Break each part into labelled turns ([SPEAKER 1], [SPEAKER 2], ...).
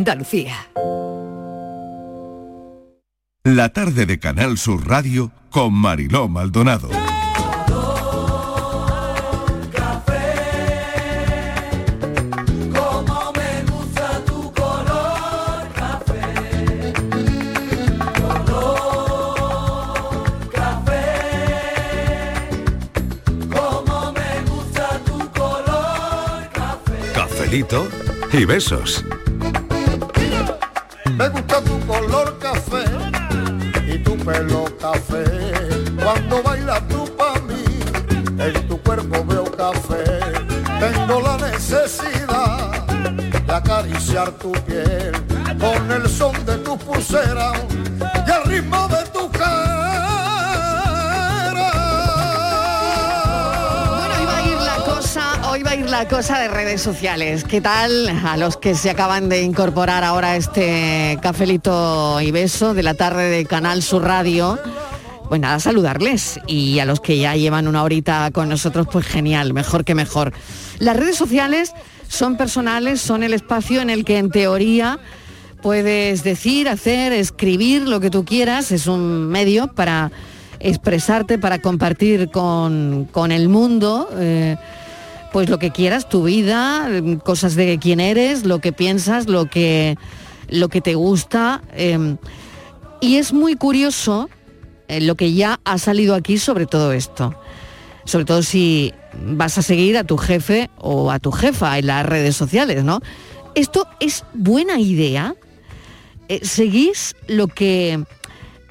[SPEAKER 1] Andalucía.
[SPEAKER 2] La tarde de Canal Sur Radio con Mariló Maldonado.
[SPEAKER 3] Como me gusta tu color café, color café. Como me gusta tu color café.
[SPEAKER 4] Cafelito y besos.
[SPEAKER 5] Me gusta tu color café y tu pelo café. Cuando bailas tú para mí, en tu cuerpo veo café. Tengo la necesidad de acariciar tu piel con el son de tu pulsera y el ritmo de tu
[SPEAKER 6] la cosa, hoy va a ir la cosa de redes sociales. ¿Qué tal a los que se acaban de incorporar ahora a este cafelito y beso de la tarde de Canal Sur Radio? Pues nada, saludarles y a los que ya llevan una horita con nosotros, pues genial, mejor que mejor. Las redes sociales son personales, son el espacio en el que en teoría puedes decir, hacer, escribir lo que tú quieras, es un medio para expresarte, para compartir con, con el mundo, eh, pues lo que quieras, tu vida, eh, cosas de quién eres, lo que piensas, lo que, lo que te gusta. eh, y es muy curioso eh, lo que ya ha salido aquí sobre todo esto. Sobre todo si vas a seguir a tu jefe o a tu jefa en las redes sociales, ¿no? Esto es buena idea. Eh, ¿Seguís lo que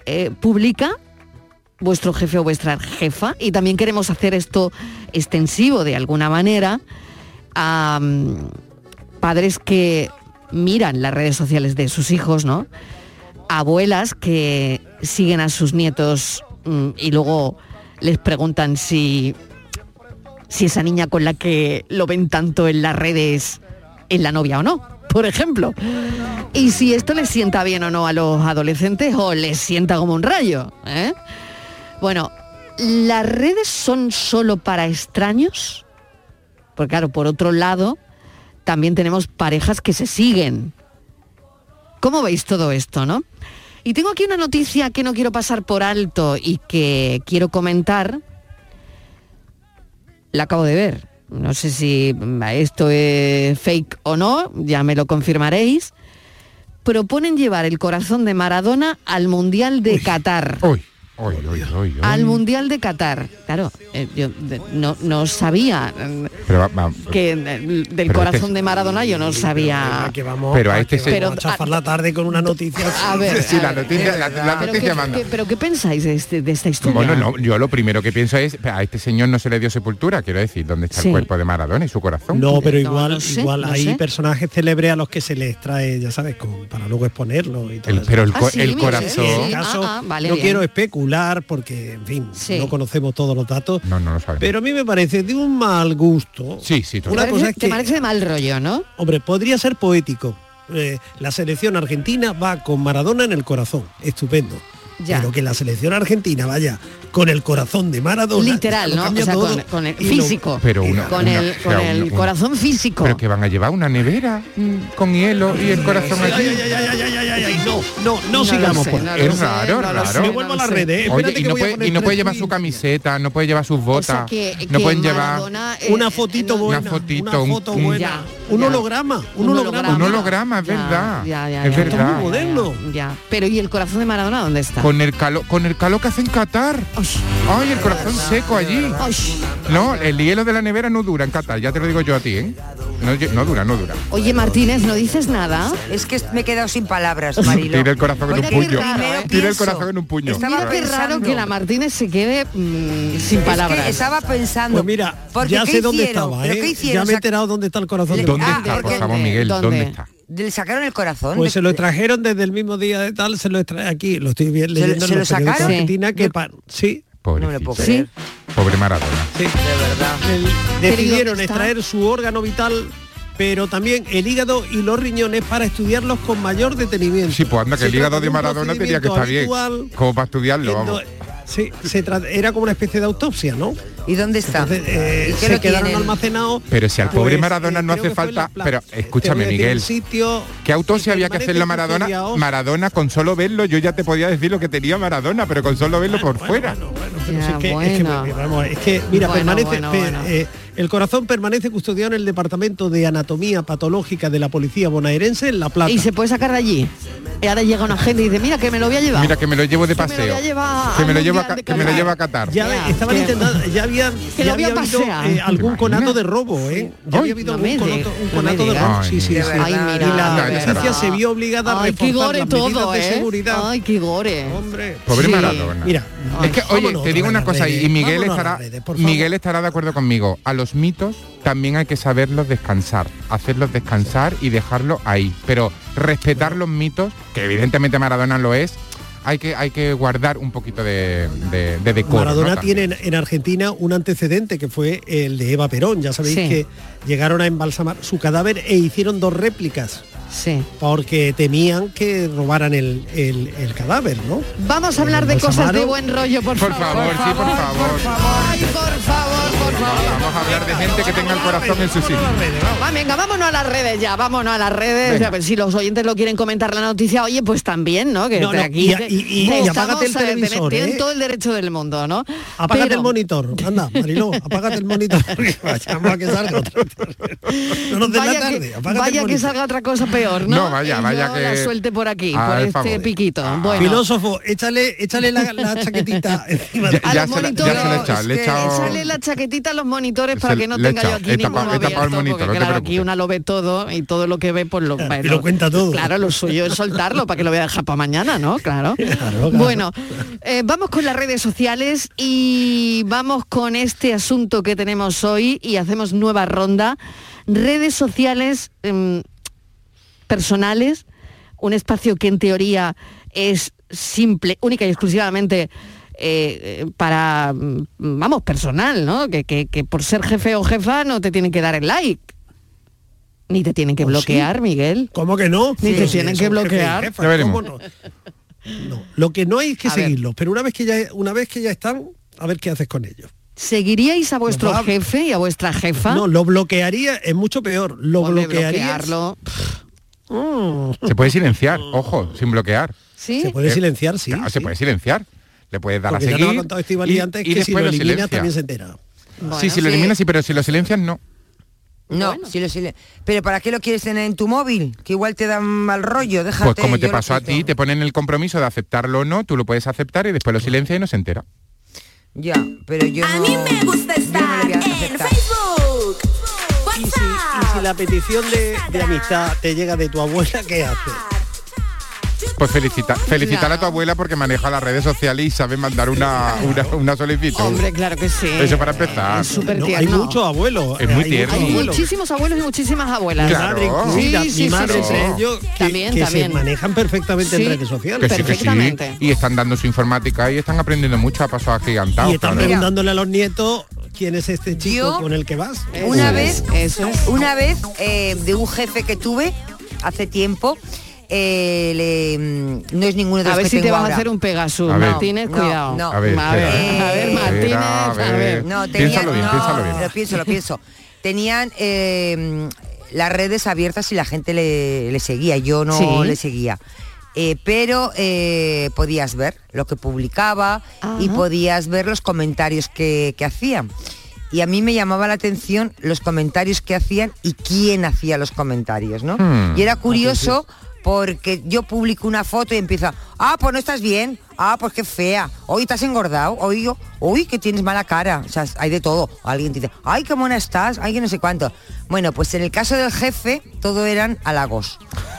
[SPEAKER 6] eh, publica vuestro jefe o vuestra jefa? Y también queremos hacer esto extensivo de alguna manera a mm, padres que miran las redes sociales de sus hijos, ¿no? abuelas que siguen a sus nietos mm, y luego les preguntan si, si esa niña con la que lo ven tanto en las redes es la novia o no, por ejemplo. Y si esto les sienta bien o no a los adolescentes o les sienta como un rayo. ¿eh? Bueno, ¿las redes son solo para extraños? Porque claro, por otro lado, también tenemos parejas que se siguen. ¿Cómo veis todo esto, no? Y tengo aquí una noticia que no quiero pasar por alto y que quiero comentar. La acabo de ver. No sé si mm, esto es fake o no, ya me lo confirmaréis. Proponen llevar el corazón de Maradona al Mundial de Qatar.
[SPEAKER 7] Hoy, hoy, hoy,
[SPEAKER 6] Al Mundial de Qatar. Claro, eh, yo de- no, no sabía eh,
[SPEAKER 7] Pero, va- va-
[SPEAKER 6] que eh, del
[SPEAKER 7] Pero
[SPEAKER 6] corazón
[SPEAKER 7] este-
[SPEAKER 6] de Maradona yo no sabía. ah,
[SPEAKER 8] Que vamos,
[SPEAKER 7] Pero a este
[SPEAKER 8] que
[SPEAKER 7] se-
[SPEAKER 8] vamos a chafar la tarde con una noticia. así.
[SPEAKER 6] A ver,
[SPEAKER 7] Sí,
[SPEAKER 6] a
[SPEAKER 7] la
[SPEAKER 6] ver,
[SPEAKER 7] noticia-
[SPEAKER 6] eh,
[SPEAKER 7] la- la
[SPEAKER 6] pero
[SPEAKER 7] noticia
[SPEAKER 6] qué-
[SPEAKER 7] manda.
[SPEAKER 6] qué- pero ¿qué pensáis de, este- de esta historia?
[SPEAKER 7] Bueno, no, yo lo primero que pienso es, a este señor no se le dio sepultura, quiero decir, ¿dónde está
[SPEAKER 6] Sí.
[SPEAKER 7] el cuerpo de Maradona y su corazón?
[SPEAKER 8] No, pero
[SPEAKER 6] No,
[SPEAKER 8] igual,
[SPEAKER 6] no sé,
[SPEAKER 8] igual
[SPEAKER 6] no
[SPEAKER 8] hay
[SPEAKER 6] sé.
[SPEAKER 8] personajes célebres a los que se les trae, ya sabes, con- para luego exponerlo y todo
[SPEAKER 7] El-
[SPEAKER 8] eso.
[SPEAKER 7] pero el,
[SPEAKER 6] Ah,
[SPEAKER 7] co-
[SPEAKER 6] sí,
[SPEAKER 7] el
[SPEAKER 6] mira,
[SPEAKER 7] corazón...
[SPEAKER 6] sí,
[SPEAKER 8] En el
[SPEAKER 6] Ah,
[SPEAKER 8] caso,
[SPEAKER 6] ah, vale,
[SPEAKER 8] no
[SPEAKER 6] bien.
[SPEAKER 8] quiero especular porque, en fin,
[SPEAKER 6] Sí.
[SPEAKER 8] no conocemos todos los datos.
[SPEAKER 7] No, no lo sabemos.
[SPEAKER 8] Pero a mí me parece de un mal gusto.
[SPEAKER 7] sí, sí,
[SPEAKER 6] ¿Te
[SPEAKER 7] total.
[SPEAKER 8] una
[SPEAKER 6] parece-
[SPEAKER 8] cosa es
[SPEAKER 6] te
[SPEAKER 8] que-
[SPEAKER 6] parece de mal rollo, ¿no?
[SPEAKER 8] Hombre, podría ser poético. Eh, la selección argentina va con Maradona en el corazón. Estupendo.
[SPEAKER 6] Ya.
[SPEAKER 8] Pero que la selección argentina vaya con el corazón de Maradona.
[SPEAKER 6] Literal,
[SPEAKER 8] lo
[SPEAKER 6] ¿no? O
[SPEAKER 8] cambia
[SPEAKER 6] sea,
[SPEAKER 8] todo
[SPEAKER 6] con, con el
[SPEAKER 8] y lo-
[SPEAKER 6] físico.
[SPEAKER 7] Pero una-
[SPEAKER 6] con
[SPEAKER 7] una-
[SPEAKER 6] el,
[SPEAKER 7] o
[SPEAKER 6] con
[SPEAKER 7] sea,
[SPEAKER 6] el
[SPEAKER 7] un- un-
[SPEAKER 6] corazón físico.
[SPEAKER 7] Pero que van a llevar una nevera mm, con hielo y el corazón
[SPEAKER 8] Ay,
[SPEAKER 7] allí.
[SPEAKER 8] ay, ay, ay, ay, ay, ay, ay, No, no, no,
[SPEAKER 6] No lo
[SPEAKER 8] sigamos
[SPEAKER 6] sé,
[SPEAKER 8] por
[SPEAKER 6] no
[SPEAKER 8] ahí.
[SPEAKER 6] lo
[SPEAKER 7] Es raro,
[SPEAKER 6] no lo
[SPEAKER 7] raro.
[SPEAKER 6] sé,
[SPEAKER 8] Me vuelvo
[SPEAKER 6] no
[SPEAKER 8] a las
[SPEAKER 6] lo sé.
[SPEAKER 8] redes,
[SPEAKER 7] Oye,
[SPEAKER 8] eh. Espérate
[SPEAKER 7] y
[SPEAKER 8] que
[SPEAKER 7] no,
[SPEAKER 8] voy a
[SPEAKER 7] puede,
[SPEAKER 8] poner
[SPEAKER 7] y no
[SPEAKER 8] tres
[SPEAKER 7] puede llevar su
[SPEAKER 8] tweets.
[SPEAKER 7] camiseta, no puede llevar sus
[SPEAKER 6] O
[SPEAKER 7] botas,
[SPEAKER 6] sea, que-
[SPEAKER 7] no
[SPEAKER 6] que
[SPEAKER 7] pueden llevar
[SPEAKER 6] Maradona, eh,
[SPEAKER 8] Una fotito
[SPEAKER 6] no-
[SPEAKER 8] buena.
[SPEAKER 7] Una
[SPEAKER 8] Una
[SPEAKER 7] fotito,
[SPEAKER 8] fotito,
[SPEAKER 7] un- un-
[SPEAKER 8] buena.
[SPEAKER 6] Ya,
[SPEAKER 8] un
[SPEAKER 6] ya.
[SPEAKER 8] holograma. Un, holograma.
[SPEAKER 7] Un holograma, es verdad.
[SPEAKER 6] Ya, ya,
[SPEAKER 7] Es
[SPEAKER 6] ya,
[SPEAKER 7] verdad.
[SPEAKER 6] ya,
[SPEAKER 8] Moderno.
[SPEAKER 6] Ya, ya. Pero ¿y el corazón de Maradona dónde está?
[SPEAKER 7] con el calor, con el calor que hace en Qatar.
[SPEAKER 6] Ay,
[SPEAKER 7] Ay, el corazón seco allí.
[SPEAKER 6] ay.
[SPEAKER 7] No, el hielo de la nevera no dura en Qatar, ya te lo digo yo a ti, ¿eh? No, lle- no dura, no dura.
[SPEAKER 6] Oye, Martínez, ¿no dices nada?
[SPEAKER 9] Es que me he quedado sin palabras, Marilo.
[SPEAKER 7] Tira el corazón en
[SPEAKER 6] Oiga,
[SPEAKER 7] un
[SPEAKER 6] qué
[SPEAKER 7] puño.
[SPEAKER 6] raro, ¿eh?
[SPEAKER 7] Tira el
[SPEAKER 9] Pienso.
[SPEAKER 7] corazón en un puño.
[SPEAKER 9] Estaba
[SPEAKER 6] Mira qué raro
[SPEAKER 9] pensando.
[SPEAKER 6] que la Martínez se quede mm, sin
[SPEAKER 9] Es
[SPEAKER 6] palabras.
[SPEAKER 9] que estaba pensando.
[SPEAKER 8] Pues mira,
[SPEAKER 9] porque
[SPEAKER 8] ya
[SPEAKER 9] ¿qué
[SPEAKER 8] sé dónde
[SPEAKER 9] hicieron?
[SPEAKER 8] estaba,
[SPEAKER 9] ¿Pero
[SPEAKER 8] ¿eh?
[SPEAKER 9] qué
[SPEAKER 8] Ya
[SPEAKER 9] hicieron?
[SPEAKER 8] me he
[SPEAKER 9] Sa-
[SPEAKER 8] enterado dónde está el corazón de
[SPEAKER 9] Le-
[SPEAKER 7] ¿Dónde
[SPEAKER 9] Ah,
[SPEAKER 7] está, por
[SPEAKER 9] porque-
[SPEAKER 7] favor, Miguel?
[SPEAKER 6] ¿Dónde?
[SPEAKER 7] ¿Dónde, está?
[SPEAKER 9] Le sacaron el corazón.
[SPEAKER 8] Pues
[SPEAKER 9] Le-
[SPEAKER 8] se lo trajeron desde el mismo día de tal, se lo trae aquí, lo estoy bien
[SPEAKER 9] ¿Se lo-
[SPEAKER 8] leyendo
[SPEAKER 9] se
[SPEAKER 8] en
[SPEAKER 9] lo
[SPEAKER 8] los periódicos
[SPEAKER 9] sacaron?
[SPEAKER 8] de Argentina que
[SPEAKER 9] Yo-
[SPEAKER 8] pa- sí,
[SPEAKER 7] Pobre,
[SPEAKER 9] No me lo puedo
[SPEAKER 6] Sí.
[SPEAKER 9] creer.
[SPEAKER 7] pobre Maradona.
[SPEAKER 8] sí.
[SPEAKER 9] De verdad.
[SPEAKER 8] El-
[SPEAKER 6] Pero ¿y
[SPEAKER 8] decidieron
[SPEAKER 6] dónde está?
[SPEAKER 8] extraer su órgano vital, pero también el hígado y los riñones para estudiarlos con mayor detenimiento.
[SPEAKER 7] Sí, pues anda, que
[SPEAKER 8] Se
[SPEAKER 7] el hígado
[SPEAKER 8] trata
[SPEAKER 7] de
[SPEAKER 8] un
[SPEAKER 7] Maradona tenía que estar bien.
[SPEAKER 8] procedimiento habitual
[SPEAKER 7] Como para estudiarlo,
[SPEAKER 8] Endo-
[SPEAKER 7] vamos.
[SPEAKER 8] Sí, se tra- era como una especie de autopsia, ¿no? eh,
[SPEAKER 9] ¿Y dónde está? ¿Y qué
[SPEAKER 8] se
[SPEAKER 9] lo
[SPEAKER 8] quedaron
[SPEAKER 9] tienen?
[SPEAKER 8] almacenados.
[SPEAKER 7] Pero si al pobre
[SPEAKER 8] Pues,
[SPEAKER 7] Maradona
[SPEAKER 8] eh,
[SPEAKER 7] no hace
[SPEAKER 8] creo que fue
[SPEAKER 7] falta...
[SPEAKER 8] la plaza.
[SPEAKER 7] Pero
[SPEAKER 8] Te voy a
[SPEAKER 7] escúchame,
[SPEAKER 8] decir
[SPEAKER 7] Miguel.
[SPEAKER 8] el sitio
[SPEAKER 7] ¿Qué autopsia
[SPEAKER 8] y
[SPEAKER 7] había que
[SPEAKER 8] permanece
[SPEAKER 7] hacerle a Maradona?
[SPEAKER 8] custodiado.
[SPEAKER 7] Maradona, con solo verlo, yo ya te podía decir lo que tenía Maradona, pero con solo verlo por fuera.
[SPEAKER 8] Ah, Bueno, pero
[SPEAKER 6] Ya,
[SPEAKER 8] si es, que, es que,
[SPEAKER 6] bueno.
[SPEAKER 8] vamos, es que, mira,
[SPEAKER 6] Bueno,
[SPEAKER 8] permanece,
[SPEAKER 6] bueno,
[SPEAKER 8] pe-
[SPEAKER 6] bueno.
[SPEAKER 8] eh, el corazón permanece custodiado en el Departamento de Anatomía Patológica de la Policía Bonaerense en La Plata.
[SPEAKER 6] Y se puede sacar de allí. Y ahora llega una gente y dice, mira que me lo voy a llevar.
[SPEAKER 7] Mira que me lo llevo de
[SPEAKER 6] me lo voy a
[SPEAKER 7] paseo.
[SPEAKER 6] llevar
[SPEAKER 7] Que
[SPEAKER 6] al
[SPEAKER 7] me lo llevo a,
[SPEAKER 6] Mundial
[SPEAKER 7] Ca-
[SPEAKER 6] de
[SPEAKER 7] que me lo
[SPEAKER 6] Qatar.
[SPEAKER 7] llevo a Catar.
[SPEAKER 8] ya
[SPEAKER 6] Ya,
[SPEAKER 8] estaban
[SPEAKER 6] que-
[SPEAKER 8] intentando, ya había,
[SPEAKER 6] Que
[SPEAKER 8] ya
[SPEAKER 6] lo había
[SPEAKER 8] había habido
[SPEAKER 6] paseado.
[SPEAKER 8] eh, algún
[SPEAKER 7] ¿Te
[SPEAKER 8] conato
[SPEAKER 7] imaginas?
[SPEAKER 8] de robo, ¿eh?
[SPEAKER 6] Ay,
[SPEAKER 8] Ya había habido
[SPEAKER 6] no
[SPEAKER 8] algún
[SPEAKER 6] me
[SPEAKER 8] conato,
[SPEAKER 6] digas,
[SPEAKER 8] un
[SPEAKER 6] no me
[SPEAKER 8] conato de robo.
[SPEAKER 7] digas.
[SPEAKER 8] Sí, sí,
[SPEAKER 9] De
[SPEAKER 8] sí.
[SPEAKER 9] verdad.
[SPEAKER 6] Ay, mira,
[SPEAKER 8] Y la
[SPEAKER 7] de verdad.
[SPEAKER 8] justicia se vio obligada a
[SPEAKER 6] Ay, qué
[SPEAKER 8] reforzar
[SPEAKER 6] gore
[SPEAKER 8] las medidas
[SPEAKER 6] todo,
[SPEAKER 8] de
[SPEAKER 6] ¿eh?
[SPEAKER 8] seguridad.
[SPEAKER 6] Ay, qué gore.
[SPEAKER 8] Hombre,
[SPEAKER 7] Pobre
[SPEAKER 6] Sí.
[SPEAKER 7] Maradona.
[SPEAKER 8] mira,
[SPEAKER 7] Es que, oye,
[SPEAKER 8] vámonos
[SPEAKER 7] te digo una
[SPEAKER 8] otra vez a las
[SPEAKER 7] cosa, y
[SPEAKER 8] redes,
[SPEAKER 7] Miguel
[SPEAKER 8] vámonos a las
[SPEAKER 7] estará,
[SPEAKER 8] redes, por favor.
[SPEAKER 7] Miguel estará de acuerdo conmigo. A los mitos también hay que saberlos descansar, hacerlos descansar y dejarlos ahí. Pero respetar los mitos, que evidentemente Maradona lo es, hay que, hay que guardar un poquito de, de, de decoro.
[SPEAKER 8] Maradona
[SPEAKER 7] ¿no?
[SPEAKER 8] tiene
[SPEAKER 7] También.
[SPEAKER 8] en, en Argentina un antecedente que fue el de Eva Perón. Ya sabéis
[SPEAKER 6] Sí.
[SPEAKER 8] que llegaron a embalsamar su cadáver e hicieron dos réplicas
[SPEAKER 6] Sí.
[SPEAKER 8] porque temían que robaran el, el- el cadáver, ¿no?
[SPEAKER 6] Vamos a hablar de
[SPEAKER 8] Pues,
[SPEAKER 6] cosas de
[SPEAKER 8] Amaro.
[SPEAKER 6] buen rollo, por,
[SPEAKER 7] Por favor, sí, por favor.
[SPEAKER 6] Ay, por favor, por favor.
[SPEAKER 7] Vamos a hablar de gente que tenga el corazón en su sitio.
[SPEAKER 6] Va, venga, vámonos a las redes ya, vámonos a las redes.
[SPEAKER 7] Venga.
[SPEAKER 6] A ver, si los oyentes lo quieren comentar la noticia, oye, pues también, ¿no? Que
[SPEAKER 8] No,
[SPEAKER 6] de
[SPEAKER 8] no,
[SPEAKER 6] aquí
[SPEAKER 8] y- y- y- y apágate el
[SPEAKER 6] estamos, eh, ten-
[SPEAKER 8] televisor,
[SPEAKER 6] Tienen
[SPEAKER 8] ¿eh?
[SPEAKER 6] todo el derecho del mundo, ¿no?
[SPEAKER 8] Apágate
[SPEAKER 6] Pero-
[SPEAKER 8] el monitor, anda, Mariló, apágate el monitor. porque Vayamos a que salga otro. No nos den la
[SPEAKER 6] Vaya,
[SPEAKER 8] tarde,
[SPEAKER 6] que,
[SPEAKER 8] apágate
[SPEAKER 6] vaya
[SPEAKER 8] el
[SPEAKER 6] que
[SPEAKER 8] monitor.
[SPEAKER 6] salga otra cosa peor, ¿no?
[SPEAKER 7] No, vaya,
[SPEAKER 6] Y
[SPEAKER 7] vaya
[SPEAKER 6] yo
[SPEAKER 7] que-
[SPEAKER 6] la suelte por aquí,
[SPEAKER 7] Ah,
[SPEAKER 6] por
[SPEAKER 7] el
[SPEAKER 6] este
[SPEAKER 7] favor.
[SPEAKER 6] piquito.
[SPEAKER 7] Ah.
[SPEAKER 6] Bueno.
[SPEAKER 8] Filósofo, échale, échale la, la chaquetita encima de-
[SPEAKER 7] Ya, ya
[SPEAKER 6] los
[SPEAKER 7] se la- ya
[SPEAKER 6] monitores,
[SPEAKER 7] se la he echado, le he
[SPEAKER 9] es que
[SPEAKER 7] echado-
[SPEAKER 6] Sale la chaquetita a los monitores
[SPEAKER 7] Se
[SPEAKER 6] para que no
[SPEAKER 7] le
[SPEAKER 6] tenga
[SPEAKER 7] echa,
[SPEAKER 6] yo aquí
[SPEAKER 7] he
[SPEAKER 6] ninguno
[SPEAKER 7] tapado- he
[SPEAKER 6] abierto,
[SPEAKER 7] tapado el monitor, no
[SPEAKER 6] porque
[SPEAKER 7] te
[SPEAKER 6] claro, aquí
[SPEAKER 7] preocupes.
[SPEAKER 6] una lo ve todo y todo lo que ve por lo,
[SPEAKER 8] y lo cuenta todo.
[SPEAKER 6] Claro, lo suyo es soltarlo para que lo vea dejar para mañana, ¿no? Claro.
[SPEAKER 8] claro.
[SPEAKER 6] Bueno, eh, vamos con las redes sociales y vamos con este asunto que tenemos hoy y hacemos nueva ronda. Redes sociales em, personales, un espacio que en teoría es simple, única y exclusivamente eh, eh, para, mm, vamos, personal, ¿no? Que, que- que por ser jefe o jefa no te tienen que dar el like, ni te tienen que
[SPEAKER 8] Pues sí.
[SPEAKER 6] bloquear, Miguel.
[SPEAKER 8] ¿Cómo que no?
[SPEAKER 6] Ni te
[SPEAKER 8] Sí,
[SPEAKER 6] tienen
[SPEAKER 8] sí,
[SPEAKER 6] que
[SPEAKER 8] son jefes y
[SPEAKER 6] bloquear.
[SPEAKER 8] jefas,
[SPEAKER 7] Ya veremos.
[SPEAKER 8] ¿cómo no? No, Lo que no hay es que
[SPEAKER 6] A ver.
[SPEAKER 8] seguirlos, pero una vez que ya una vez que ya están, a ver qué haces con ellos.
[SPEAKER 6] ¿Seguiríais a vuestro
[SPEAKER 8] va-
[SPEAKER 6] jefe y a vuestra jefa?
[SPEAKER 8] No, lo bloquearía, es mucho peor. Lo Mm.
[SPEAKER 6] Hombre,
[SPEAKER 8] bloquearía.
[SPEAKER 6] bloquearlo.
[SPEAKER 7] Se puede silenciar, ojo, sin bloquear.
[SPEAKER 6] ¿Sí?
[SPEAKER 8] Se puede
[SPEAKER 7] Eh,
[SPEAKER 8] silenciar, sí.
[SPEAKER 7] Claro,
[SPEAKER 8] sí.
[SPEAKER 7] se puede silenciar. Le puedes dar
[SPEAKER 8] Porque
[SPEAKER 7] a
[SPEAKER 8] ya
[SPEAKER 7] seguir.
[SPEAKER 8] nos ha contado Estivali antes que si lo eliminas
[SPEAKER 7] silencias.
[SPEAKER 8] también se entera.
[SPEAKER 6] Bueno,
[SPEAKER 7] sí, si lo
[SPEAKER 9] sí.
[SPEAKER 7] eliminas, sí, pero si lo silencias, no.
[SPEAKER 9] No, sí lo sí le- Pero ¿para qué lo quieres tener en tu móvil? Que igual te dan mal rollo, déjate.
[SPEAKER 7] Pues como te
[SPEAKER 9] yo lo
[SPEAKER 7] pasó a
[SPEAKER 9] quito.
[SPEAKER 7] ti, te ponen el compromiso de aceptarlo o no, tú lo puedes aceptar y después lo silencias y no se entera.
[SPEAKER 9] Ya, pero yo
[SPEAKER 1] A
[SPEAKER 9] no-
[SPEAKER 1] mí me gusta
[SPEAKER 9] yo no
[SPEAKER 1] estar
[SPEAKER 9] le voy a
[SPEAKER 1] en
[SPEAKER 9] aceptar.
[SPEAKER 1] Facebook,
[SPEAKER 8] Y si, y si la
[SPEAKER 1] WhatsApp,
[SPEAKER 8] petición de, de amistad te llega de tu abuela, ¿qué haces?
[SPEAKER 7] Pues felicita, felicitar a tu
[SPEAKER 6] Claro.
[SPEAKER 7] abuela porque maneja las redes sociales y sabe mandar una, una, una solicitud.
[SPEAKER 6] Hombre, claro que sí.
[SPEAKER 7] Eso para empezar.
[SPEAKER 6] Es súper
[SPEAKER 8] No, hay
[SPEAKER 6] tierno.
[SPEAKER 8] muchos abuelos.
[SPEAKER 7] Es muy
[SPEAKER 8] eh, hay muchos
[SPEAKER 7] tierno.
[SPEAKER 6] Hay
[SPEAKER 8] abuelos.
[SPEAKER 6] muchísimos abuelos y muchísimas abuelas.
[SPEAKER 7] Claro.
[SPEAKER 8] Madre incluida,
[SPEAKER 6] Sí, sí,
[SPEAKER 8] mi
[SPEAKER 6] sí,
[SPEAKER 8] madre
[SPEAKER 7] sí,
[SPEAKER 8] entre
[SPEAKER 7] sí.
[SPEAKER 8] ellos, que,
[SPEAKER 6] También,
[SPEAKER 8] que
[SPEAKER 6] también.
[SPEAKER 8] se manejan perfectamente
[SPEAKER 6] Sí.
[SPEAKER 8] en redes
[SPEAKER 7] que
[SPEAKER 8] sociales.
[SPEAKER 7] sí, que sí.
[SPEAKER 6] perfectamente.
[SPEAKER 7] Y están dando su informática y están aprendiendo mucho a pasos agigantados.
[SPEAKER 8] Y están
[SPEAKER 7] claro.
[SPEAKER 8] preguntándole a los nietos quién es este chico
[SPEAKER 9] Yo-
[SPEAKER 8] con el que vas.
[SPEAKER 6] Eso
[SPEAKER 9] Una
[SPEAKER 6] es,
[SPEAKER 9] vez,
[SPEAKER 6] eso es.
[SPEAKER 9] una vez eh, de un jefe que tuve hace tiempo, eh, le- mm, no es ninguno de los
[SPEAKER 6] A ver
[SPEAKER 9] que
[SPEAKER 6] si te
[SPEAKER 9] tengo
[SPEAKER 6] vas a
[SPEAKER 9] ahora.
[SPEAKER 6] hacer un Pegasus,
[SPEAKER 7] A ver.
[SPEAKER 6] Martínez,
[SPEAKER 9] No,
[SPEAKER 6] cuidado.
[SPEAKER 9] no.
[SPEAKER 7] A ver,
[SPEAKER 6] a ver,
[SPEAKER 7] espera,
[SPEAKER 6] a ver,
[SPEAKER 9] eh.
[SPEAKER 6] Martínez,
[SPEAKER 7] Espera,
[SPEAKER 6] a
[SPEAKER 7] a
[SPEAKER 6] ver.
[SPEAKER 7] ver.
[SPEAKER 9] No, tenía,
[SPEAKER 7] Piénsalo bien,
[SPEAKER 9] no,
[SPEAKER 7] piénsalo bien.
[SPEAKER 9] Lo pienso, lo pienso. Tenían eh, las redes abiertas y la gente le, le seguía, yo no
[SPEAKER 6] Sí.
[SPEAKER 9] le seguía. Eh, pero eh, podías ver lo que publicaba y
[SPEAKER 6] Ajá.
[SPEAKER 9] podías ver los comentarios que, que hacían. Y a mí me llamaba la atención los comentarios que hacían y quién hacía los comentarios, ¿no?
[SPEAKER 7] Hmm.
[SPEAKER 9] Y era curioso porque yo publico una foto y empieza, ah, pues no estás bien, ah, pues qué fea, hoy te has engordado, hoy yo, uy, que tienes mala cara, o sea, hay de todo. Alguien te dice, ay, qué mona estás, ay, que no sé cuánto. Bueno, pues en el caso del jefe, todo eran halagos.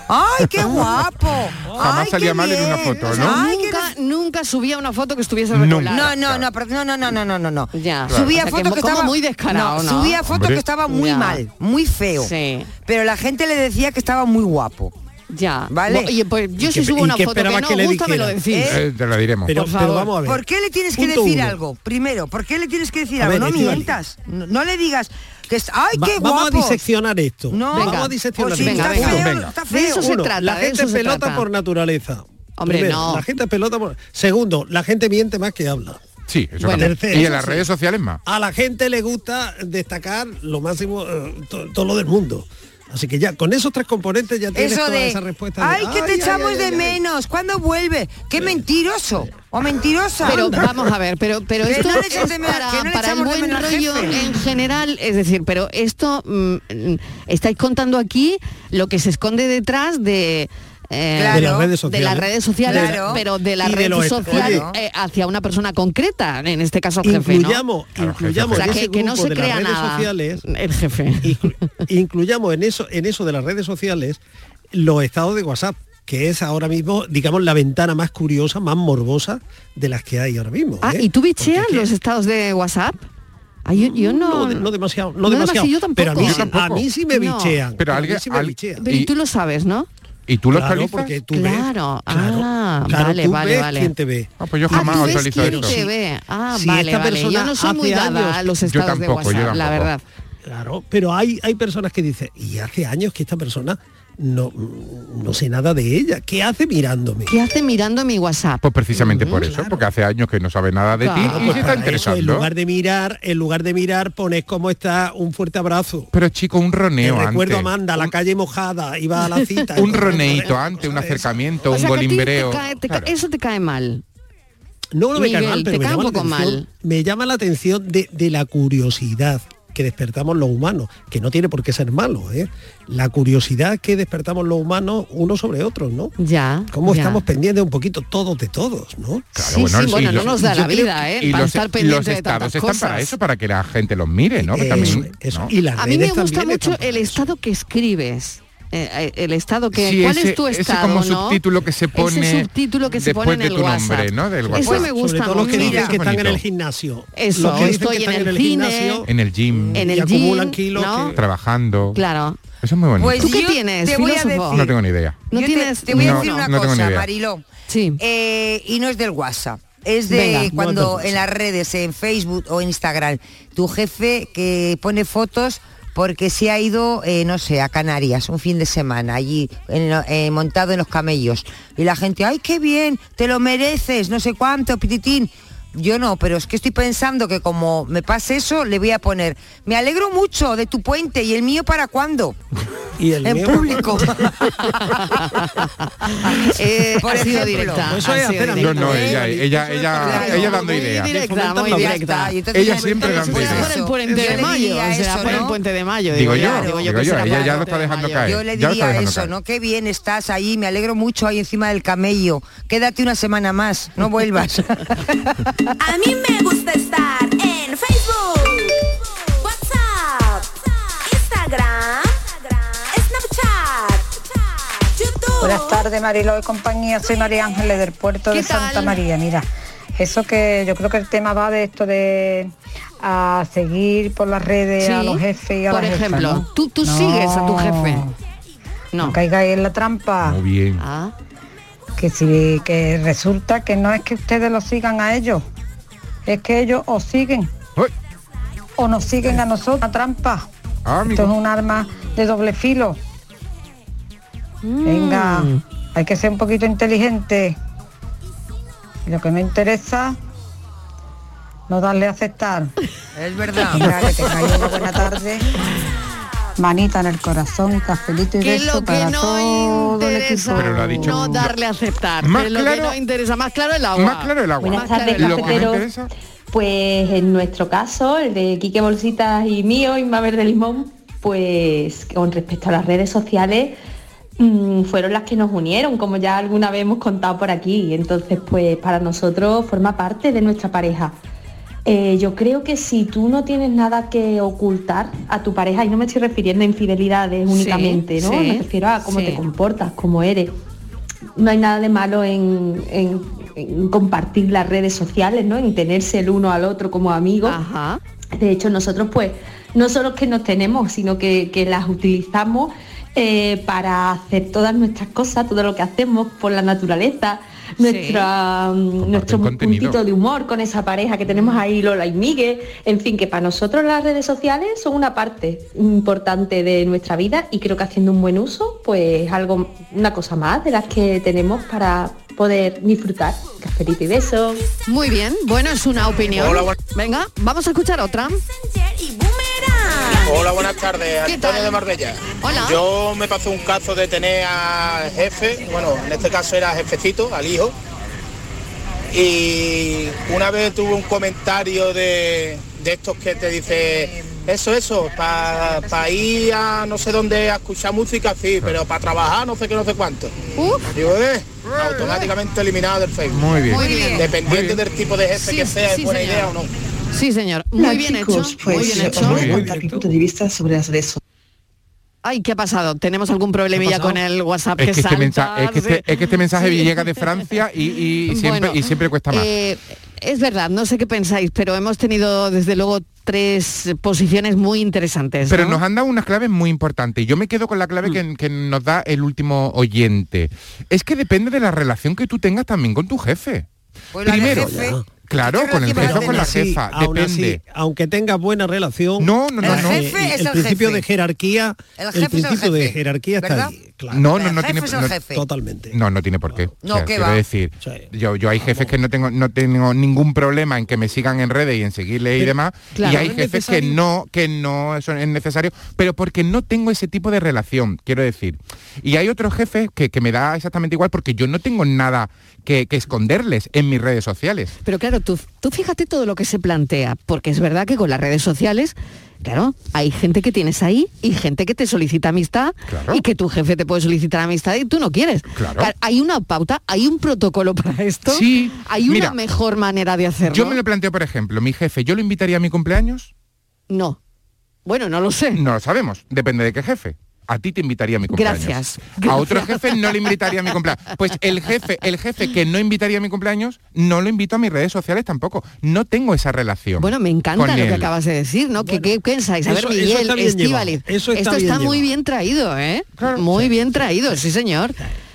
[SPEAKER 9] ¡Ay, qué guapo!
[SPEAKER 7] Jamás
[SPEAKER 9] ¡Ay, qué
[SPEAKER 7] salía mal en una
[SPEAKER 9] bien!
[SPEAKER 7] foto,
[SPEAKER 9] O sea,
[SPEAKER 7] ¿no?
[SPEAKER 9] ¡ay, qué
[SPEAKER 6] Nunca,
[SPEAKER 9] no-
[SPEAKER 6] nunca subía una foto que estuviese
[SPEAKER 7] Nunca.
[SPEAKER 6] regular.
[SPEAKER 9] no, no, no, pero- no, no, no, no, no, no, no.
[SPEAKER 6] Ya. Claro.
[SPEAKER 9] Subía
[SPEAKER 6] O sea, que
[SPEAKER 9] fotos que,
[SPEAKER 6] como
[SPEAKER 9] estaba
[SPEAKER 6] muy descarado, ¿no?
[SPEAKER 9] Subía fotos
[SPEAKER 7] Hombre.
[SPEAKER 9] que estaba muy
[SPEAKER 6] Ya.
[SPEAKER 9] mal, muy feo.
[SPEAKER 6] Sí.
[SPEAKER 9] Pero la gente le decía que estaba muy guapo.
[SPEAKER 6] Ya.
[SPEAKER 9] Vale.
[SPEAKER 6] Oye, pues yo
[SPEAKER 8] ¿Y
[SPEAKER 6] si
[SPEAKER 8] qué-
[SPEAKER 6] subo
[SPEAKER 8] y
[SPEAKER 6] una
[SPEAKER 8] qué
[SPEAKER 6] foto que
[SPEAKER 8] esperabas
[SPEAKER 6] no
[SPEAKER 8] que
[SPEAKER 6] me
[SPEAKER 8] le
[SPEAKER 6] gusta, me lo
[SPEAKER 8] dijera?
[SPEAKER 6] decís.
[SPEAKER 9] ¿Eh?
[SPEAKER 7] Eh, te lo diremos.
[SPEAKER 8] Pero,
[SPEAKER 6] Por
[SPEAKER 8] pero
[SPEAKER 6] favor.
[SPEAKER 8] vamos a ver.
[SPEAKER 9] ¿Por qué le tienes que
[SPEAKER 8] Punto
[SPEAKER 9] decir
[SPEAKER 8] uno.
[SPEAKER 9] algo? Primero, ¿por qué le tienes que decir
[SPEAKER 8] A
[SPEAKER 9] algo?
[SPEAKER 8] ver,
[SPEAKER 9] no
[SPEAKER 8] Estíbaliz.
[SPEAKER 9] mientas. No, no le digas que es, ay,
[SPEAKER 8] Va-
[SPEAKER 9] qué guapo.
[SPEAKER 8] vamos a diseccionar esto.
[SPEAKER 9] No,
[SPEAKER 6] Venga.
[SPEAKER 8] vamos a
[SPEAKER 9] O
[SPEAKER 8] diseccionar
[SPEAKER 9] si
[SPEAKER 6] Venga,
[SPEAKER 9] está
[SPEAKER 6] venga.
[SPEAKER 9] feo,
[SPEAKER 7] Venga.
[SPEAKER 9] está
[SPEAKER 6] De eso
[SPEAKER 9] feo.
[SPEAKER 6] se
[SPEAKER 8] Uno,
[SPEAKER 6] trata,
[SPEAKER 8] la
[SPEAKER 6] de
[SPEAKER 8] gente
[SPEAKER 6] eso se
[SPEAKER 8] pelota
[SPEAKER 6] trata.
[SPEAKER 8] por naturaleza.
[SPEAKER 6] Hombre,
[SPEAKER 8] Primero,
[SPEAKER 6] no.
[SPEAKER 8] La gente pelota por... Segundo, la gente miente más que habla.
[SPEAKER 7] Sí, eso
[SPEAKER 8] Bueno,
[SPEAKER 7] también.
[SPEAKER 8] tercero,
[SPEAKER 7] y en
[SPEAKER 8] eso
[SPEAKER 7] las
[SPEAKER 8] sí.
[SPEAKER 7] redes sociales más.
[SPEAKER 8] A la gente le gusta destacar lo máximo, eh, to- todo lo del mundo. Así que ya, con esos tres componentes ya tienes
[SPEAKER 9] Eso
[SPEAKER 8] toda
[SPEAKER 9] de,
[SPEAKER 8] esa respuesta. de,
[SPEAKER 9] ay, que te
[SPEAKER 8] ay,
[SPEAKER 9] echamos
[SPEAKER 8] ay,
[SPEAKER 9] de
[SPEAKER 8] ay, Pues, ay".
[SPEAKER 9] menos, ¿cuándo vuelve? ¡Qué mentiroso! ¿O mentirosa?
[SPEAKER 6] Pero vamos a ver, pero, pero
[SPEAKER 9] Que
[SPEAKER 6] esto
[SPEAKER 9] no le eches
[SPEAKER 6] es
[SPEAKER 9] de menos-
[SPEAKER 6] para,
[SPEAKER 9] que no le
[SPEAKER 6] para el
[SPEAKER 9] echamos de
[SPEAKER 6] buen
[SPEAKER 9] menos al
[SPEAKER 6] rollo
[SPEAKER 9] jefe.
[SPEAKER 6] en general, es decir, pero esto mm, mm, estáis contando aquí lo que se esconde detrás de. eh,
[SPEAKER 9] Claro. De las
[SPEAKER 6] de
[SPEAKER 8] redes
[SPEAKER 6] las
[SPEAKER 8] sociales.
[SPEAKER 6] redes sociales,
[SPEAKER 9] Claro.
[SPEAKER 6] pero de la
[SPEAKER 8] Y de
[SPEAKER 6] red
[SPEAKER 8] lo est-
[SPEAKER 6] social
[SPEAKER 9] Oye.
[SPEAKER 6] eh, hacia una persona concreta, en este caso el jefe, ¿no?
[SPEAKER 8] Incluyamos,
[SPEAKER 7] Claro, jefe,
[SPEAKER 8] incluyamos
[SPEAKER 6] O sea,
[SPEAKER 8] en
[SPEAKER 6] que,
[SPEAKER 8] ese
[SPEAKER 6] que no
[SPEAKER 8] grupo
[SPEAKER 6] se
[SPEAKER 8] de las
[SPEAKER 6] crea
[SPEAKER 8] redes
[SPEAKER 6] nada
[SPEAKER 8] sociales
[SPEAKER 6] el jefe.
[SPEAKER 8] inclu- incluyamos en eso, en eso de las redes sociales los estados de WhatsApp, que es ahora mismo, digamos, la ventana más curiosa, más morbosa de las que hay ahora mismo.
[SPEAKER 6] Ah,
[SPEAKER 8] ¿eh?
[SPEAKER 6] ¿y tú bicheas
[SPEAKER 8] Porque es
[SPEAKER 6] los
[SPEAKER 8] que-
[SPEAKER 6] estados de WhatsApp? Ah, yo, yo
[SPEAKER 8] no,
[SPEAKER 6] no...
[SPEAKER 8] de- no demasiado, no,
[SPEAKER 6] No
[SPEAKER 8] demasiado.
[SPEAKER 6] demasiado, yo tampoco.
[SPEAKER 8] Pero a
[SPEAKER 6] Yo
[SPEAKER 8] mí, sí- a
[SPEAKER 7] tampoco.
[SPEAKER 8] mí sí me
[SPEAKER 6] No.
[SPEAKER 8] bichean.
[SPEAKER 7] Pero
[SPEAKER 8] a mí
[SPEAKER 7] alguien-
[SPEAKER 8] sí me
[SPEAKER 7] al-
[SPEAKER 8] bichean.
[SPEAKER 6] Pero y
[SPEAKER 7] Y-
[SPEAKER 6] tú lo sabes, ¿no?
[SPEAKER 7] ¿Y tú los
[SPEAKER 8] Claro,
[SPEAKER 7] actualizas?
[SPEAKER 8] porque tú
[SPEAKER 6] Claro.
[SPEAKER 8] ves. Claro,
[SPEAKER 6] Ah,
[SPEAKER 8] claro,
[SPEAKER 6] vale,
[SPEAKER 8] tú
[SPEAKER 6] vale,
[SPEAKER 8] ves
[SPEAKER 6] vale.
[SPEAKER 8] quién te ve.
[SPEAKER 7] No, pues yo
[SPEAKER 6] Ah,
[SPEAKER 7] jamás
[SPEAKER 6] tú ves
[SPEAKER 7] actualizo
[SPEAKER 6] quién
[SPEAKER 7] eso.
[SPEAKER 6] te ve. Ah,
[SPEAKER 8] Si
[SPEAKER 6] vale,
[SPEAKER 8] esta
[SPEAKER 6] vale. Yo
[SPEAKER 8] persona
[SPEAKER 6] no soy muy
[SPEAKER 8] hace
[SPEAKER 6] dada
[SPEAKER 8] años-
[SPEAKER 6] a los
[SPEAKER 7] Yo
[SPEAKER 6] estados de
[SPEAKER 7] tampoco, yo
[SPEAKER 6] WhatsApp, la
[SPEAKER 7] tampoco.
[SPEAKER 6] verdad.
[SPEAKER 8] Claro, pero hay, hay personas que dicen, y hace años que esta persona no, no sé nada de ella. ¿Qué hace mirándome?
[SPEAKER 6] ¿Qué hace mirando mi WhatsApp?
[SPEAKER 7] Pues precisamente por eso, porque hace años que no sabe nada de
[SPEAKER 6] Mm,
[SPEAKER 7] ti
[SPEAKER 6] Claro,
[SPEAKER 7] y
[SPEAKER 6] pues
[SPEAKER 7] se está
[SPEAKER 8] Para eso, en
[SPEAKER 7] interesando.
[SPEAKER 8] lugar de mirar, en lugar de mirar, pones cómo está un fuerte abrazo.
[SPEAKER 7] Pero chico, un
[SPEAKER 8] Te
[SPEAKER 7] roneo
[SPEAKER 8] recuerdo
[SPEAKER 7] antes.
[SPEAKER 8] Amanda, la calle mojada, iba a la cita.
[SPEAKER 7] un
[SPEAKER 8] Entonces,
[SPEAKER 7] roneito
[SPEAKER 8] cosas
[SPEAKER 7] antes, un
[SPEAKER 8] de esas.
[SPEAKER 7] acercamiento,
[SPEAKER 6] pues O
[SPEAKER 7] un
[SPEAKER 6] sea, que a ti
[SPEAKER 7] golimbreo.
[SPEAKER 6] te cae- te cae-
[SPEAKER 7] Claro.
[SPEAKER 6] Eso te cae mal.
[SPEAKER 8] No, no me cae
[SPEAKER 6] Miguel,
[SPEAKER 8] mal, pero
[SPEAKER 6] te
[SPEAKER 8] me
[SPEAKER 6] cae
[SPEAKER 8] llama,
[SPEAKER 6] un
[SPEAKER 8] la
[SPEAKER 6] poco
[SPEAKER 8] atención,
[SPEAKER 6] mal.
[SPEAKER 8] me llama la atención de, de la curiosidad que despertamos los humanos, que no tiene por qué ser malo, ¿eh? La curiosidad que despertamos los humanos unos sobre otros, ¿no?
[SPEAKER 6] Ya.
[SPEAKER 8] Cómo
[SPEAKER 6] ya.
[SPEAKER 8] estamos pendientes un poquito todos de todos, ¿no?
[SPEAKER 7] Claro,
[SPEAKER 6] sí,
[SPEAKER 7] bueno,
[SPEAKER 6] sí,
[SPEAKER 7] sí,
[SPEAKER 6] bueno, no
[SPEAKER 7] los-
[SPEAKER 6] nos da
[SPEAKER 8] yo
[SPEAKER 6] la
[SPEAKER 8] creo
[SPEAKER 6] vida, ¿eh?
[SPEAKER 7] Y
[SPEAKER 6] Para
[SPEAKER 7] los,
[SPEAKER 6] estar
[SPEAKER 7] los
[SPEAKER 6] pendiente de
[SPEAKER 7] estados
[SPEAKER 6] tantas
[SPEAKER 7] están para
[SPEAKER 6] cosas.
[SPEAKER 7] eso, para que la gente los mire, ¿no? Que
[SPEAKER 8] Eso,
[SPEAKER 7] también,
[SPEAKER 8] eso.
[SPEAKER 7] ¿no?
[SPEAKER 8] Y las
[SPEAKER 6] A mí me
[SPEAKER 8] redes
[SPEAKER 6] gusta
[SPEAKER 8] también
[SPEAKER 6] mucho
[SPEAKER 8] están para
[SPEAKER 6] el
[SPEAKER 8] eso.
[SPEAKER 6] estado que escribes. eh, eh, el estado que
[SPEAKER 7] Sí,
[SPEAKER 6] cuál
[SPEAKER 7] ese-
[SPEAKER 6] es tu
[SPEAKER 7] ese
[SPEAKER 6] estado
[SPEAKER 7] como
[SPEAKER 6] ¿no?
[SPEAKER 7] subtítulo que se
[SPEAKER 6] ese
[SPEAKER 7] pone
[SPEAKER 6] subtítulo que se pone
[SPEAKER 7] después
[SPEAKER 6] en
[SPEAKER 7] de
[SPEAKER 6] el
[SPEAKER 7] tu nombre,
[SPEAKER 6] WhatsApp.
[SPEAKER 7] ¿no? Del
[SPEAKER 6] eso
[SPEAKER 7] WhatsApp.
[SPEAKER 6] me gusta
[SPEAKER 8] Pues Sobre todo los que
[SPEAKER 6] mucho.
[SPEAKER 8] dicen que
[SPEAKER 7] Mira.
[SPEAKER 8] están en el
[SPEAKER 7] Bonito.
[SPEAKER 8] gimnasio.
[SPEAKER 6] Eso,
[SPEAKER 8] los que dicen
[SPEAKER 6] estoy
[SPEAKER 8] que
[SPEAKER 6] en
[SPEAKER 8] están
[SPEAKER 6] el
[SPEAKER 8] en el
[SPEAKER 6] cine,
[SPEAKER 8] gimnasio.
[SPEAKER 7] En el gym,
[SPEAKER 6] en
[SPEAKER 8] y
[SPEAKER 6] el
[SPEAKER 8] acumulan
[SPEAKER 6] gym,
[SPEAKER 8] kilos
[SPEAKER 6] ¿no?
[SPEAKER 8] que-
[SPEAKER 7] trabajando.
[SPEAKER 6] Eh, Claro.
[SPEAKER 7] Eso es muy bonito.
[SPEAKER 9] Pues
[SPEAKER 6] ¿Tú qué
[SPEAKER 9] yo
[SPEAKER 6] tienes,
[SPEAKER 9] te voy a
[SPEAKER 6] filósofo?
[SPEAKER 9] decir-
[SPEAKER 7] No tengo ni idea.
[SPEAKER 6] No
[SPEAKER 9] Yo te-
[SPEAKER 6] tienes-
[SPEAKER 9] te, voy a
[SPEAKER 7] no,
[SPEAKER 9] decir una
[SPEAKER 7] no tengo ni
[SPEAKER 9] cosa,
[SPEAKER 7] idea.
[SPEAKER 9] Mariló.
[SPEAKER 6] Sí.
[SPEAKER 9] Eh, y no es del WhatsApp. Es de
[SPEAKER 6] Venga.
[SPEAKER 8] No es del
[SPEAKER 9] cuando
[SPEAKER 8] WhatsApp.
[SPEAKER 9] en las redes, en Facebook o Instagram, tu jefe que pone fotos porque se ha ido, eh, no sé, a Canarias un fin de semana, allí en lo- eh, montado en los camellos. Y la gente, ay, qué bien, te lo mereces, no sé cuánto, pititín. Yo no, pero es que estoy pensando que como me pase eso, le voy a poner, me alegro mucho de tu puente y el mío para cuándo.
[SPEAKER 8] Y el
[SPEAKER 9] en
[SPEAKER 8] mío-
[SPEAKER 9] público.
[SPEAKER 6] Eh,
[SPEAKER 9] Por
[SPEAKER 6] ha
[SPEAKER 9] ejemplo.
[SPEAKER 6] sido
[SPEAKER 9] Pues
[SPEAKER 6] directa.
[SPEAKER 8] Eso
[SPEAKER 6] ha
[SPEAKER 8] es
[SPEAKER 6] sido
[SPEAKER 8] hacer
[SPEAKER 7] No,
[SPEAKER 6] directa.
[SPEAKER 7] no,
[SPEAKER 8] ¿eh?
[SPEAKER 7] ella, ella, ella,
[SPEAKER 9] Claro.
[SPEAKER 7] ella dando
[SPEAKER 8] Muy
[SPEAKER 7] ideas.
[SPEAKER 8] bien.
[SPEAKER 6] Directa,
[SPEAKER 8] Fomentan
[SPEAKER 6] muy
[SPEAKER 8] la
[SPEAKER 9] Ya
[SPEAKER 6] directa.
[SPEAKER 9] está, y entonces
[SPEAKER 7] Ella
[SPEAKER 9] ya-
[SPEAKER 7] siempre
[SPEAKER 9] entonces
[SPEAKER 7] dando
[SPEAKER 9] ya
[SPEAKER 6] Será
[SPEAKER 7] ideas.
[SPEAKER 9] eso.
[SPEAKER 6] por el puente
[SPEAKER 9] Yo
[SPEAKER 6] de
[SPEAKER 9] le
[SPEAKER 6] mayo,
[SPEAKER 9] diría
[SPEAKER 6] será
[SPEAKER 9] eso,
[SPEAKER 6] por el
[SPEAKER 9] ¿no?
[SPEAKER 6] puente de mayo.
[SPEAKER 7] Digo yo,
[SPEAKER 6] ya,
[SPEAKER 7] digo
[SPEAKER 6] que
[SPEAKER 7] yo,
[SPEAKER 6] será
[SPEAKER 7] ella
[SPEAKER 6] por
[SPEAKER 7] ya
[SPEAKER 6] el
[SPEAKER 7] lo
[SPEAKER 6] puente
[SPEAKER 7] está
[SPEAKER 6] de
[SPEAKER 7] dejando
[SPEAKER 6] mayo.
[SPEAKER 7] caer.
[SPEAKER 9] Yo
[SPEAKER 7] Ya
[SPEAKER 9] le
[SPEAKER 7] lo está
[SPEAKER 9] diría
[SPEAKER 7] dejando
[SPEAKER 9] eso,
[SPEAKER 7] caer.
[SPEAKER 9] ¿no? Qué bien estás ahí, me alegro mucho ahí encima del camello. Quédate una semana más, no vuelvas.
[SPEAKER 1] A mí me gusta estar en Facebook, WhatsApp, Instagram, Snapchat, YouTube.
[SPEAKER 10] Buenas tardes, Mariló y compañía. Soy María Ángeles del puerto
[SPEAKER 6] ¿Qué
[SPEAKER 10] de Santa
[SPEAKER 6] tal?
[SPEAKER 10] María. Mira, eso que yo creo que el tema va de esto de a seguir por las redes a
[SPEAKER 6] Sí,
[SPEAKER 10] los jefes y a
[SPEAKER 6] por
[SPEAKER 10] las jefas,
[SPEAKER 6] ejemplo,
[SPEAKER 10] ¿no?
[SPEAKER 6] tú- tú
[SPEAKER 10] No,
[SPEAKER 6] sigues a tu jefe. No.
[SPEAKER 10] No caigáis en la trampa,
[SPEAKER 7] Muy bien.
[SPEAKER 6] Ah,
[SPEAKER 10] que si que resulta que no es que ustedes lo sigan a ellos, es que ellos os siguen
[SPEAKER 7] Uy,
[SPEAKER 10] o nos siguen a nosotros, una trampa.
[SPEAKER 7] ah,
[SPEAKER 10] Esto es
[SPEAKER 7] amigo.
[SPEAKER 10] un arma de doble filo.
[SPEAKER 6] Mm.
[SPEAKER 10] Venga, hay que ser un poquito inteligente. Y Lo que no interesa, no darle a aceptar.
[SPEAKER 9] es verdad.
[SPEAKER 10] Venga, que tengáis una buena tarde. Manita en el corazón, cafelito y
[SPEAKER 6] que
[SPEAKER 10] beso
[SPEAKER 6] lo que
[SPEAKER 10] para
[SPEAKER 6] no
[SPEAKER 10] todo el equipo.
[SPEAKER 6] interesa
[SPEAKER 7] Pero lo ha dicho-
[SPEAKER 6] no darle a aceptar
[SPEAKER 7] Más
[SPEAKER 6] pero lo que
[SPEAKER 7] claro-
[SPEAKER 6] no interesa más claro el agua
[SPEAKER 7] Más claro el agua.
[SPEAKER 6] Buenas tardes,
[SPEAKER 7] Lo que me
[SPEAKER 6] cafeteros.
[SPEAKER 7] interesa.
[SPEAKER 11] Pues en nuestro caso, el de Quique Bolsitas y mío, Inma Verde Limón, pues con respecto a las redes sociales, mm, fueron las que nos unieron, como ya alguna vez hemos contado por aquí. Entonces, pues para nosotros forma parte de nuestra pareja. Eh, yo creo que si tú no tienes nada que ocultar a tu pareja, y no me estoy refiriendo a infidelidades
[SPEAKER 6] Sí,
[SPEAKER 11] únicamente, ¿no?
[SPEAKER 6] sí,
[SPEAKER 11] me refiero a cómo
[SPEAKER 6] sí.
[SPEAKER 11] te comportas, cómo eres no hay nada de malo en, en- en compartir las redes sociales, ¿no? En tenerse el uno al otro como amigos.
[SPEAKER 6] ajá
[SPEAKER 11] De hecho, nosotros pues no solo que nos tenemos, sino que, que las utilizamos eh, para hacer todas nuestras cosas, todo lo que hacemos por la naturaleza,
[SPEAKER 6] Sí.
[SPEAKER 11] nuestra, mm, nuestro
[SPEAKER 7] contenido.
[SPEAKER 11] puntito de humor con esa pareja que tenemos ahí, Lola y Miguel. En fin, que para nosotros las redes sociales son una parte importante de nuestra vida y creo que haciendo un buen uso, pues algo, una cosa más de las que tenemos para poder disfrutar. Cafelito y beso.
[SPEAKER 6] Muy bien, bueno, es una opinión.
[SPEAKER 12] Hola, buen-
[SPEAKER 6] Venga, vamos a escuchar otra.
[SPEAKER 12] Hola, buenas tardes.
[SPEAKER 6] ¿Qué
[SPEAKER 12] Antonio
[SPEAKER 6] tal?
[SPEAKER 12] de Marbella.
[SPEAKER 6] Hola.
[SPEAKER 12] Yo me pasó un caso de tener al jefe, bueno, en este caso era jefecito, al hijo. Y una vez tuve un comentario de, de estos que te dice, eso, eso, para ir a no sé dónde a escuchar música, sí, pero para trabajar no sé qué, no sé cuánto. Digo, "Eh", automáticamente eliminado del Facebook.
[SPEAKER 7] Muy bien. Muy bien.
[SPEAKER 12] Dependiente del tipo de jefe
[SPEAKER 6] Sí,
[SPEAKER 12] que sea,
[SPEAKER 6] sí,
[SPEAKER 12] es buena
[SPEAKER 6] señor.
[SPEAKER 12] idea o no.
[SPEAKER 6] Sí, señor.
[SPEAKER 13] Hola,
[SPEAKER 6] Muy bien
[SPEAKER 13] chicos,
[SPEAKER 6] hecho.
[SPEAKER 13] Pues
[SPEAKER 6] muy bien hecho.
[SPEAKER 13] os voy a contar mi punto de vista sobre las redes
[SPEAKER 6] Ay, ¿qué ha pasado? ¿Tenemos algún problemilla con el WhatsApp
[SPEAKER 7] Es
[SPEAKER 6] que,
[SPEAKER 7] que, este
[SPEAKER 6] salta?
[SPEAKER 7] mensaje, es, que este, es que este mensaje llega de Francia y, y siempre,
[SPEAKER 6] Bueno,
[SPEAKER 7] y siempre cuesta más.
[SPEAKER 6] Eh, es verdad, no sé qué pensáis, pero hemos tenido desde luego tres posiciones muy interesantes.
[SPEAKER 7] Pero
[SPEAKER 6] ¿no?
[SPEAKER 7] nos han dado unas claves muy importantes. Yo me quedo con la
[SPEAKER 9] Mm.
[SPEAKER 7] clave que, que nos da el último oyente. Es que depende de la relación que tú tengas también con tu jefe.
[SPEAKER 9] Pues la del
[SPEAKER 7] Primero,
[SPEAKER 9] jefe,
[SPEAKER 7] claro,
[SPEAKER 9] ¿qué
[SPEAKER 7] con el jefe o
[SPEAKER 9] relación vas a
[SPEAKER 7] con la
[SPEAKER 8] tener?
[SPEAKER 7] jefa.
[SPEAKER 8] Sí, aún así,
[SPEAKER 7] depende.
[SPEAKER 8] aunque tengas buena relación.
[SPEAKER 7] No, no,
[SPEAKER 8] eh,
[SPEAKER 7] no, no.
[SPEAKER 8] El, el principio de jerarquía,
[SPEAKER 9] El
[SPEAKER 8] el,
[SPEAKER 9] jefe es el
[SPEAKER 8] principio de
[SPEAKER 9] jefe,
[SPEAKER 8] jerarquía
[SPEAKER 9] ¿verdad?
[SPEAKER 8] está ahí. claro.
[SPEAKER 7] No, no, no tiene
[SPEAKER 9] jefe es el
[SPEAKER 7] no-
[SPEAKER 9] jefe.
[SPEAKER 8] Totalmente.
[SPEAKER 7] No, no tiene por qué.
[SPEAKER 9] No, ¿qué
[SPEAKER 7] quiero
[SPEAKER 9] va?
[SPEAKER 7] decir, yo, yo hay jefes que no tengo, no tengo ningún problema en que me sigan en redes y en seguirles y
[SPEAKER 8] Pero,
[SPEAKER 7] demás.
[SPEAKER 8] claro,
[SPEAKER 7] y
[SPEAKER 8] no
[SPEAKER 7] hay
[SPEAKER 8] es
[SPEAKER 7] jefes que
[SPEAKER 8] necesario.
[SPEAKER 7] no, que no son es necesario, pero porque no tengo ese tipo de relación, quiero decir. Y hay otros jefes que, que me da exactamente igual porque yo no tengo nada que, que esconderles en mis redes sociales.
[SPEAKER 6] Pero claro, tú, tú fíjate todo lo que se plantea, porque es verdad que con las redes sociales, claro, hay gente que tienes ahí y gente que te solicita amistad y que tu jefe te puede solicitar amistad y tú no quieres.
[SPEAKER 7] Claro.
[SPEAKER 6] Hay una pauta, hay un protocolo para esto.
[SPEAKER 7] Sí,
[SPEAKER 6] Hay una
[SPEAKER 7] mira,
[SPEAKER 6] mejor manera de hacerlo.
[SPEAKER 7] Yo me lo planteo, por ejemplo, mi jefe, ¿yo lo invitaría a mi cumpleaños?
[SPEAKER 6] No. Bueno, no lo sé.
[SPEAKER 7] No lo sabemos, depende de qué jefe. A ti te invitaría a mi cumpleaños.
[SPEAKER 6] Gracias.
[SPEAKER 7] A otro jefe no le invitaría a mi cumpleaños. Pues el jefe, el jefe que no invitaría a mi cumpleaños, no lo invito a mis redes sociales tampoco. No tengo esa relación.
[SPEAKER 6] Bueno, me encanta
[SPEAKER 7] con
[SPEAKER 6] lo
[SPEAKER 7] él.
[SPEAKER 6] que acabas de decir, ¿no? ¿Qué, qué pensáis? A ver,
[SPEAKER 7] eso- eso
[SPEAKER 6] Miguel,
[SPEAKER 7] está bien
[SPEAKER 6] Estíbaliz,
[SPEAKER 7] llevado. Eso está
[SPEAKER 6] esto
[SPEAKER 7] bien
[SPEAKER 6] está muy
[SPEAKER 7] llevado.
[SPEAKER 6] bien traído, ¿eh? muy bien traído, sí señor.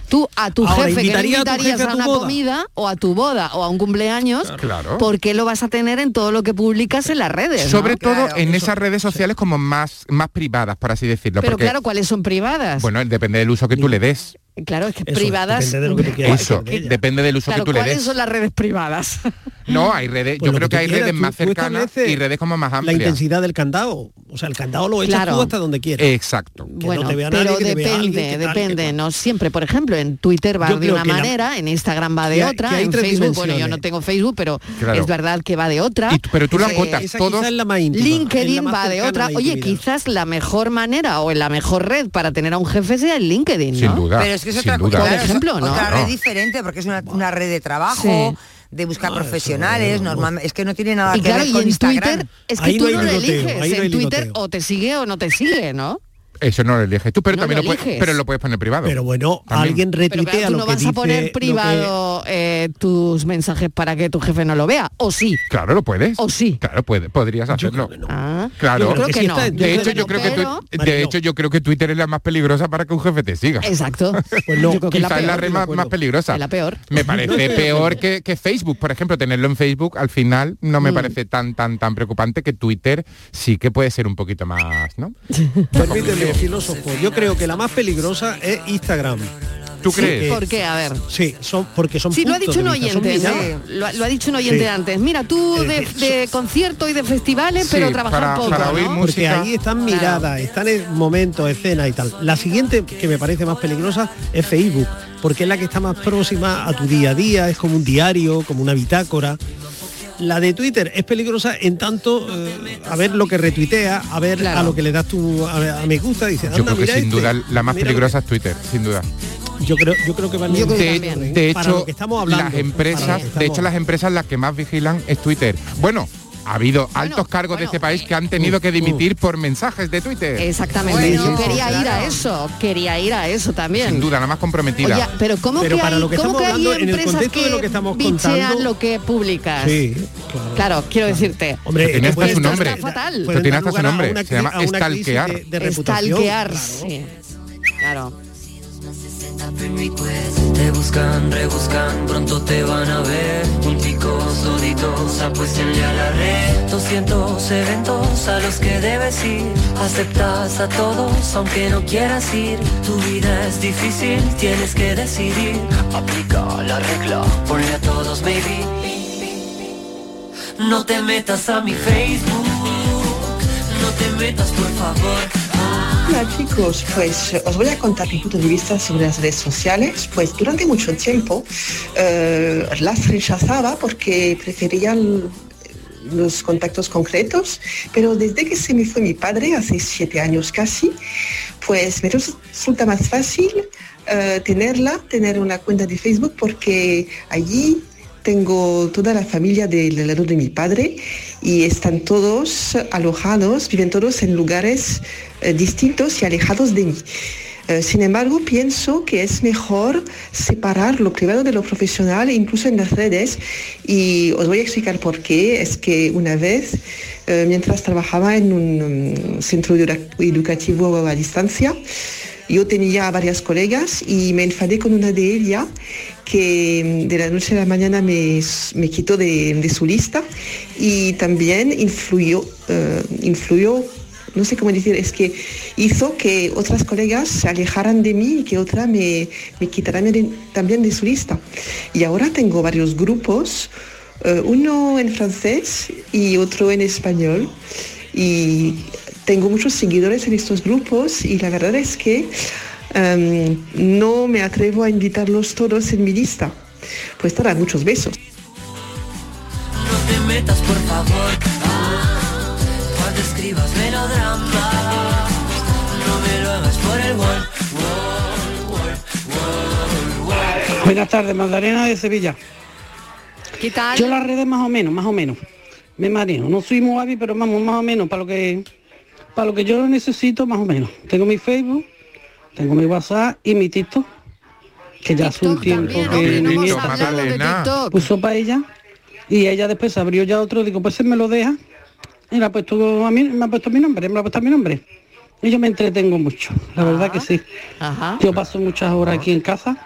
[SPEAKER 6] Tú a tu
[SPEAKER 8] Ahora,
[SPEAKER 6] jefe que le
[SPEAKER 8] ¿invitaría a tu
[SPEAKER 6] invitarías
[SPEAKER 8] jefe a
[SPEAKER 6] a,
[SPEAKER 8] tu
[SPEAKER 6] una
[SPEAKER 8] boda?
[SPEAKER 6] comida o a tu boda o a un cumpleaños,
[SPEAKER 7] Claro.
[SPEAKER 6] ¿por qué lo vas a tener en todo lo que publicas en las redes? no?
[SPEAKER 7] Sobre todo en esas redes sociales como más, más privadas, por así decirlo.
[SPEAKER 6] Pero
[SPEAKER 7] porque,
[SPEAKER 6] claro, ¿cuáles son privadas?
[SPEAKER 7] bueno, depende del uso que tú le des.
[SPEAKER 6] claro, es que privadas.
[SPEAKER 7] Eso, depende del uso
[SPEAKER 6] Claro,
[SPEAKER 7] que tú le
[SPEAKER 6] ¿cuáles
[SPEAKER 7] des.
[SPEAKER 6] son las redes privadas?
[SPEAKER 7] No, hay redes,
[SPEAKER 8] Pues
[SPEAKER 7] yo
[SPEAKER 8] lo
[SPEAKER 7] creo
[SPEAKER 8] que
[SPEAKER 7] que,
[SPEAKER 8] tú
[SPEAKER 7] hay
[SPEAKER 8] quieras,
[SPEAKER 7] redes
[SPEAKER 8] tú-
[SPEAKER 7] más
[SPEAKER 8] tú
[SPEAKER 7] cercanas
[SPEAKER 8] estableces
[SPEAKER 7] y redes como más
[SPEAKER 8] La
[SPEAKER 7] amplias.
[SPEAKER 8] intensidad del candado. O sea, el candado lo echas
[SPEAKER 6] Claro.
[SPEAKER 8] tú hasta donde quieres.
[SPEAKER 7] Exacto.
[SPEAKER 6] Bueno, pero depende, depende, no siempre. Por ejemplo, en Twitter va
[SPEAKER 8] Yo
[SPEAKER 6] de
[SPEAKER 8] creo
[SPEAKER 6] una
[SPEAKER 8] que la-
[SPEAKER 6] manera, en Instagram va
[SPEAKER 8] que
[SPEAKER 6] de
[SPEAKER 8] hay- que
[SPEAKER 6] otra,
[SPEAKER 8] hay
[SPEAKER 6] en
[SPEAKER 8] tres
[SPEAKER 6] Facebook, bueno, yo
[SPEAKER 8] dimensiones.
[SPEAKER 6] no tengo Facebook, pero
[SPEAKER 7] Claro.
[SPEAKER 6] es verdad que va de otra.
[SPEAKER 7] Y tú- pero tú lo acotas,
[SPEAKER 6] Esa
[SPEAKER 7] todos-
[SPEAKER 6] quizás es la más íntima, LinkedIn
[SPEAKER 7] es la más
[SPEAKER 6] va de
[SPEAKER 7] cercana a
[SPEAKER 6] otra.
[SPEAKER 7] la
[SPEAKER 6] Oye,
[SPEAKER 7] intimidad.
[SPEAKER 6] quizás la mejor manera o la mejor red para tener a un jefe sea el LinkedIn, ¿no?
[SPEAKER 7] Sin duda,
[SPEAKER 9] Pero es que es
[SPEAKER 7] sin
[SPEAKER 9] otra,
[SPEAKER 7] duda.
[SPEAKER 9] claro,
[SPEAKER 6] Por
[SPEAKER 9] es
[SPEAKER 6] ejemplo, ¿no?
[SPEAKER 9] otra red
[SPEAKER 6] Claro.
[SPEAKER 9] diferente porque es una, una red de trabajo,
[SPEAKER 6] Sí.
[SPEAKER 9] de buscar profesionales, normalmente es que no tiene nada
[SPEAKER 6] Y
[SPEAKER 9] que
[SPEAKER 6] claro,
[SPEAKER 9] ver
[SPEAKER 6] y
[SPEAKER 9] con
[SPEAKER 6] en
[SPEAKER 9] Instagram.
[SPEAKER 6] Twitter es que
[SPEAKER 7] Ahí
[SPEAKER 6] tú
[SPEAKER 7] no hay
[SPEAKER 6] no lo
[SPEAKER 7] ligoteo, ahí
[SPEAKER 6] eliges.
[SPEAKER 7] no hay
[SPEAKER 6] En Twitter
[SPEAKER 7] ligoteo.
[SPEAKER 6] o te sigue o no te sigue, ¿no?
[SPEAKER 7] Eso no lo eliges tú, pero
[SPEAKER 6] No
[SPEAKER 7] también
[SPEAKER 6] lo
[SPEAKER 7] lo, puedes,
[SPEAKER 6] eliges.
[SPEAKER 7] pero lo puedes poner privado. Pero
[SPEAKER 8] bueno, alguien
[SPEAKER 6] Pero claro,
[SPEAKER 8] retuitea
[SPEAKER 6] tú
[SPEAKER 8] lo
[SPEAKER 6] no
[SPEAKER 8] que
[SPEAKER 6] vas a
[SPEAKER 8] dice, lo
[SPEAKER 6] poner
[SPEAKER 8] que-
[SPEAKER 6] privado eh, tus mensajes para que tu jefe no lo vea, ¿o sí?
[SPEAKER 7] Claro, lo puedes.
[SPEAKER 6] ¿O sí?
[SPEAKER 7] Claro, puede, podrías hacerlo.
[SPEAKER 6] Ah,
[SPEAKER 7] Claro.
[SPEAKER 6] yo creo que no. Yo
[SPEAKER 7] De
[SPEAKER 6] creo
[SPEAKER 7] hecho,
[SPEAKER 6] que
[SPEAKER 7] yo
[SPEAKER 6] no,
[SPEAKER 7] creo que
[SPEAKER 6] pero-
[SPEAKER 7] tu- de hecho, yo creo que Twitter es la más peligrosa para que un jefe te siga.
[SPEAKER 6] Exacto.
[SPEAKER 7] Pues No,
[SPEAKER 6] Yo creo que
[SPEAKER 7] quizá es la
[SPEAKER 6] peor,
[SPEAKER 7] red
[SPEAKER 6] de
[SPEAKER 7] más,
[SPEAKER 6] acuerdo.
[SPEAKER 7] más peligrosa.
[SPEAKER 6] Es la peor.
[SPEAKER 7] Me parece peor que, que Facebook, por ejemplo, tenerlo en Facebook al final no me
[SPEAKER 8] Mm.
[SPEAKER 7] parece tan tan tan preocupante que Twitter sí que puede ser un poquito más, ¿no?
[SPEAKER 8] Permíteme, filósofo, yo creo que la más peligrosa es Instagram.
[SPEAKER 7] ¿Tú crees?
[SPEAKER 6] ¿Por qué? A ver.
[SPEAKER 8] Sí, son, porque son
[SPEAKER 6] Sí, lo ha
[SPEAKER 8] puntos
[SPEAKER 6] dicho un
[SPEAKER 8] de vista, son
[SPEAKER 6] oyente, ¿no?
[SPEAKER 8] miradas.
[SPEAKER 6] Lo, ha- lo ha dicho un oyente
[SPEAKER 8] Sí.
[SPEAKER 6] antes. Mira, tú
[SPEAKER 8] Eh,
[SPEAKER 6] de, de concierto y de festivales, pero trabajar poco. ¿no?
[SPEAKER 8] Porque ahí están miradas, están en momentos, escenas y tal. La siguiente que me parece más peligrosa es Facebook, porque es la que está más próxima a tu día a día, es como un diario, como una bitácora. La de Twitter es peligrosa en tanto eh, a ver lo que retuitea, a ver a lo que le das tú a, a me gusta, dice,
[SPEAKER 7] Yo creo que sin
[SPEAKER 8] este?
[SPEAKER 7] duda la más peligrosa es Twitter, sin duda.
[SPEAKER 8] Yo creo, yo creo que van
[SPEAKER 7] De,
[SPEAKER 6] ¿eh?
[SPEAKER 7] de hecho,
[SPEAKER 8] ¿eh? para lo que estamos hablando.
[SPEAKER 7] las
[SPEAKER 8] para lo
[SPEAKER 7] empresas,
[SPEAKER 8] que
[SPEAKER 7] de
[SPEAKER 8] estamos-
[SPEAKER 7] hecho las empresas las que más vigilan es Twitter. Bueno, ha habido altos cargos de este país que han tenido que dimitir por mensajes de Twitter.
[SPEAKER 6] eh, uh, Exactamente.
[SPEAKER 7] Sí, sí,
[SPEAKER 6] Yo
[SPEAKER 7] sí.
[SPEAKER 6] quería ir a eso, quería ir a eso también.
[SPEAKER 7] Sin duda, la más comprometida.
[SPEAKER 6] Oye, pero ¿cómo que hay, cómo que hay empresas que, bichean lo que publicas?
[SPEAKER 7] Sí,
[SPEAKER 6] claro. quiero decirte.
[SPEAKER 7] Hombre, Que tiene hasta
[SPEAKER 6] esto
[SPEAKER 7] su nombre.
[SPEAKER 6] está fatal.
[SPEAKER 7] Pero tiene hasta su nombre. Se llama estalquear.
[SPEAKER 6] Estalquear, sí. Claro.
[SPEAKER 14] Te buscan, rebuscan, pronto te van a ver Junticos, toditos, apuéstenle a la red 200 eventos a los que debes ir Aceptas a todos aunque no quieras ir Tu vida es difícil, tienes que decidir Aplica la regla, ponle a todos baby No te metas a mi Facebook No te metas por favor
[SPEAKER 13] Hola chicos, pues eh, os voy a contar mi punto de vista sobre las redes sociales. Pues durante mucho tiempo eh, las rechazaba porque preferían eh, los contactos concretos, pero desde que se me fue mi padre, hace siete años casi, pues me resulta más fácil eh, tenerla, tener una cuenta de Facebook porque allí tengo toda la familia del lado de mi padre y están todos alojados, viven todos en lugares eh, distintos y alejados de mí. Eh, sin embargo, pienso que es mejor separar lo privado de lo profesional, incluso en las redes, y os voy a explicar por qué. Es que una vez, eh, mientras trabajaba en un um, centro edu- educativo a distancia, yo tenía varias colegas y me enfadé con una de ellas que mm, de la noche a la mañana me, s- me quitó de, de su lista y también influyó, eh, influyó, no sé cómo decir, es que hizo que otras colegas se alejaran de mí y que otra me, me quitaran de- también de su lista. Y ahora tengo varios grupos, eh, uno en francés y otro en español. Y tengo muchos seguidores en estos grupos y la verdad es que em, no me atrevo a invitarlos todos en mi lista. Pues dará muchos besos.
[SPEAKER 14] No te metas por favor Ah, Cuando escribas melodrama No me lo hagas por el wall
[SPEAKER 15] Buenas tardes, Magdalena de Sevilla.
[SPEAKER 6] ¿Qué tal?
[SPEAKER 15] Yo las redes más o menos, más o menos. Me mareo. No soy muy hábil, pero vamos, más o menos, para lo que para lo que yo necesito, más o menos. Tengo mi Facebook, tengo mi WhatsApp y mi TikTok. Que ya hace un tiempo
[SPEAKER 7] hombre,
[SPEAKER 15] que
[SPEAKER 7] no
[SPEAKER 15] mi
[SPEAKER 7] hemos
[SPEAKER 15] nieta
[SPEAKER 7] hablado de Magdalena. TikTok.
[SPEAKER 15] puso para ella. Y ella después abrió ya otro, digo, pues se me lo deja. Y le ha puesto a mí, me ha puesto mi nombre, me lo ha puesto a mi nombre. Y yo me entretengo mucho, la
[SPEAKER 7] Ah.
[SPEAKER 15] verdad que sí.
[SPEAKER 6] Ajá.
[SPEAKER 15] Yo paso muchas horas aquí en casa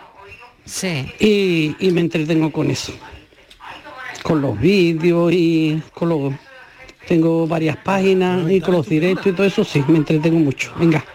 [SPEAKER 6] Sí.
[SPEAKER 15] y, y me entretengo con eso. Con los vídeos y con los... Tengo varias páginas y con los directos y todo eso, sí, me entretengo mucho. Venga.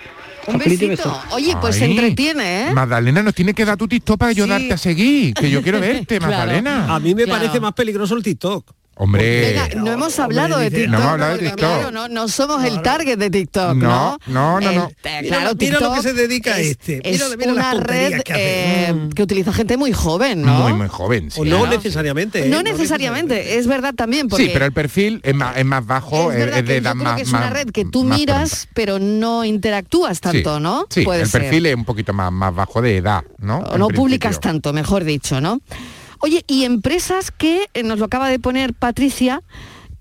[SPEAKER 6] Un
[SPEAKER 15] cafelito y
[SPEAKER 6] besito.
[SPEAKER 15] besos.
[SPEAKER 6] Oye, pues se
[SPEAKER 7] Ay.
[SPEAKER 6] entretiene, ¿eh?
[SPEAKER 7] Magdalena, nos tiene que dar tu TikTok para yo
[SPEAKER 6] Sí.
[SPEAKER 7] darte a seguir, que yo quiero verte,
[SPEAKER 6] Claro.
[SPEAKER 7] Magdalena.
[SPEAKER 8] A mí me
[SPEAKER 6] Claro.
[SPEAKER 8] parece más peligroso el TikTok.
[SPEAKER 7] Hombre.
[SPEAKER 6] Venga, no hemos hablado de
[SPEAKER 7] dice-
[SPEAKER 6] TikTok.
[SPEAKER 7] No hemos hablado de
[SPEAKER 6] porque,
[SPEAKER 7] TikTok.
[SPEAKER 6] claro, no, no somos el target de TikTok, ¿no?
[SPEAKER 7] No, no, no, no.
[SPEAKER 6] El- eh,
[SPEAKER 7] Mira
[SPEAKER 6] claro,
[SPEAKER 7] lo- mira lo
[SPEAKER 6] TikTok
[SPEAKER 7] que se dedica
[SPEAKER 6] es,
[SPEAKER 7] este.
[SPEAKER 6] Es
[SPEAKER 7] Mira- mira las
[SPEAKER 6] una
[SPEAKER 7] tonterías
[SPEAKER 6] red
[SPEAKER 7] que
[SPEAKER 8] hace.
[SPEAKER 6] eh, que utiliza gente muy joven, ¿no?
[SPEAKER 7] Mm. Muy, muy joven.
[SPEAKER 8] O
[SPEAKER 7] sí.
[SPEAKER 8] no necesariamente. ¿eh?
[SPEAKER 6] no necesariamente, es verdad también, porque
[SPEAKER 7] Sí, pero el perfil es más, es más bajo,
[SPEAKER 6] es
[SPEAKER 7] es,
[SPEAKER 6] verdad
[SPEAKER 7] es de
[SPEAKER 6] que yo
[SPEAKER 7] edad
[SPEAKER 6] creo
[SPEAKER 7] más,
[SPEAKER 6] que es una
[SPEAKER 7] más-
[SPEAKER 6] red que tú
[SPEAKER 7] más
[SPEAKER 6] miras, pero no interactúas
[SPEAKER 7] Sí,
[SPEAKER 6] tanto, ¿no?
[SPEAKER 7] Sí,
[SPEAKER 6] Puede
[SPEAKER 7] el
[SPEAKER 6] ser.
[SPEAKER 7] perfil es un poquito más, más bajo de edad, ¿no?
[SPEAKER 6] O
[SPEAKER 7] En
[SPEAKER 6] no
[SPEAKER 7] principio.
[SPEAKER 6] publicas tanto, mejor dicho, ¿no? Oye, y empresas que eh, nos lo acaba de poner Patricia,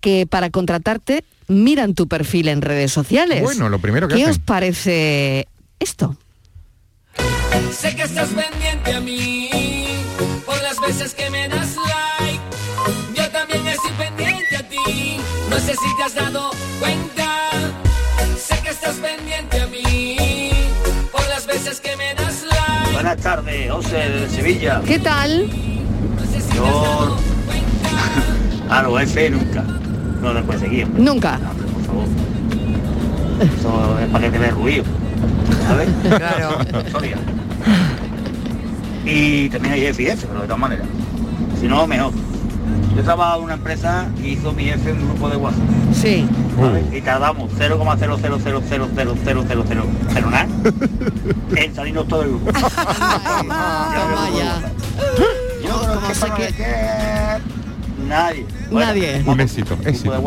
[SPEAKER 6] que para contratarte miran tu perfil en redes sociales.
[SPEAKER 7] Bueno, lo primero que
[SPEAKER 6] ¿Qué
[SPEAKER 7] hacen.
[SPEAKER 6] os parece esto?
[SPEAKER 3] Sé que estás pendiente a mí por las veces que me das like. Yo también estoy pendiente a ti. No sé si te has dado cuenta. Sé que estás pendiente a mí por las veces que me das like.
[SPEAKER 16] Buenas tardes, José de Sevilla.
[SPEAKER 6] ¿Qué tal?
[SPEAKER 16] Yo a los jefes nunca. No lo conseguí, hombre,
[SPEAKER 6] Nunca.
[SPEAKER 16] por favor. Eso es para que te dé ruido. ¿Sabes? Claro. Y también hay jefe y jefe, pero de todas maneras. Si no, mejor. Yo trabajaba en una empresa y hizo mi jefe un grupo de WhatsApp.
[SPEAKER 6] Sí.
[SPEAKER 16] ¿vale? Y tardamos 0,000000000 nada en salirnos todo el grupo. Yo creo que para meter nadie.
[SPEAKER 6] Nadie.
[SPEAKER 7] Un éxito, éxito.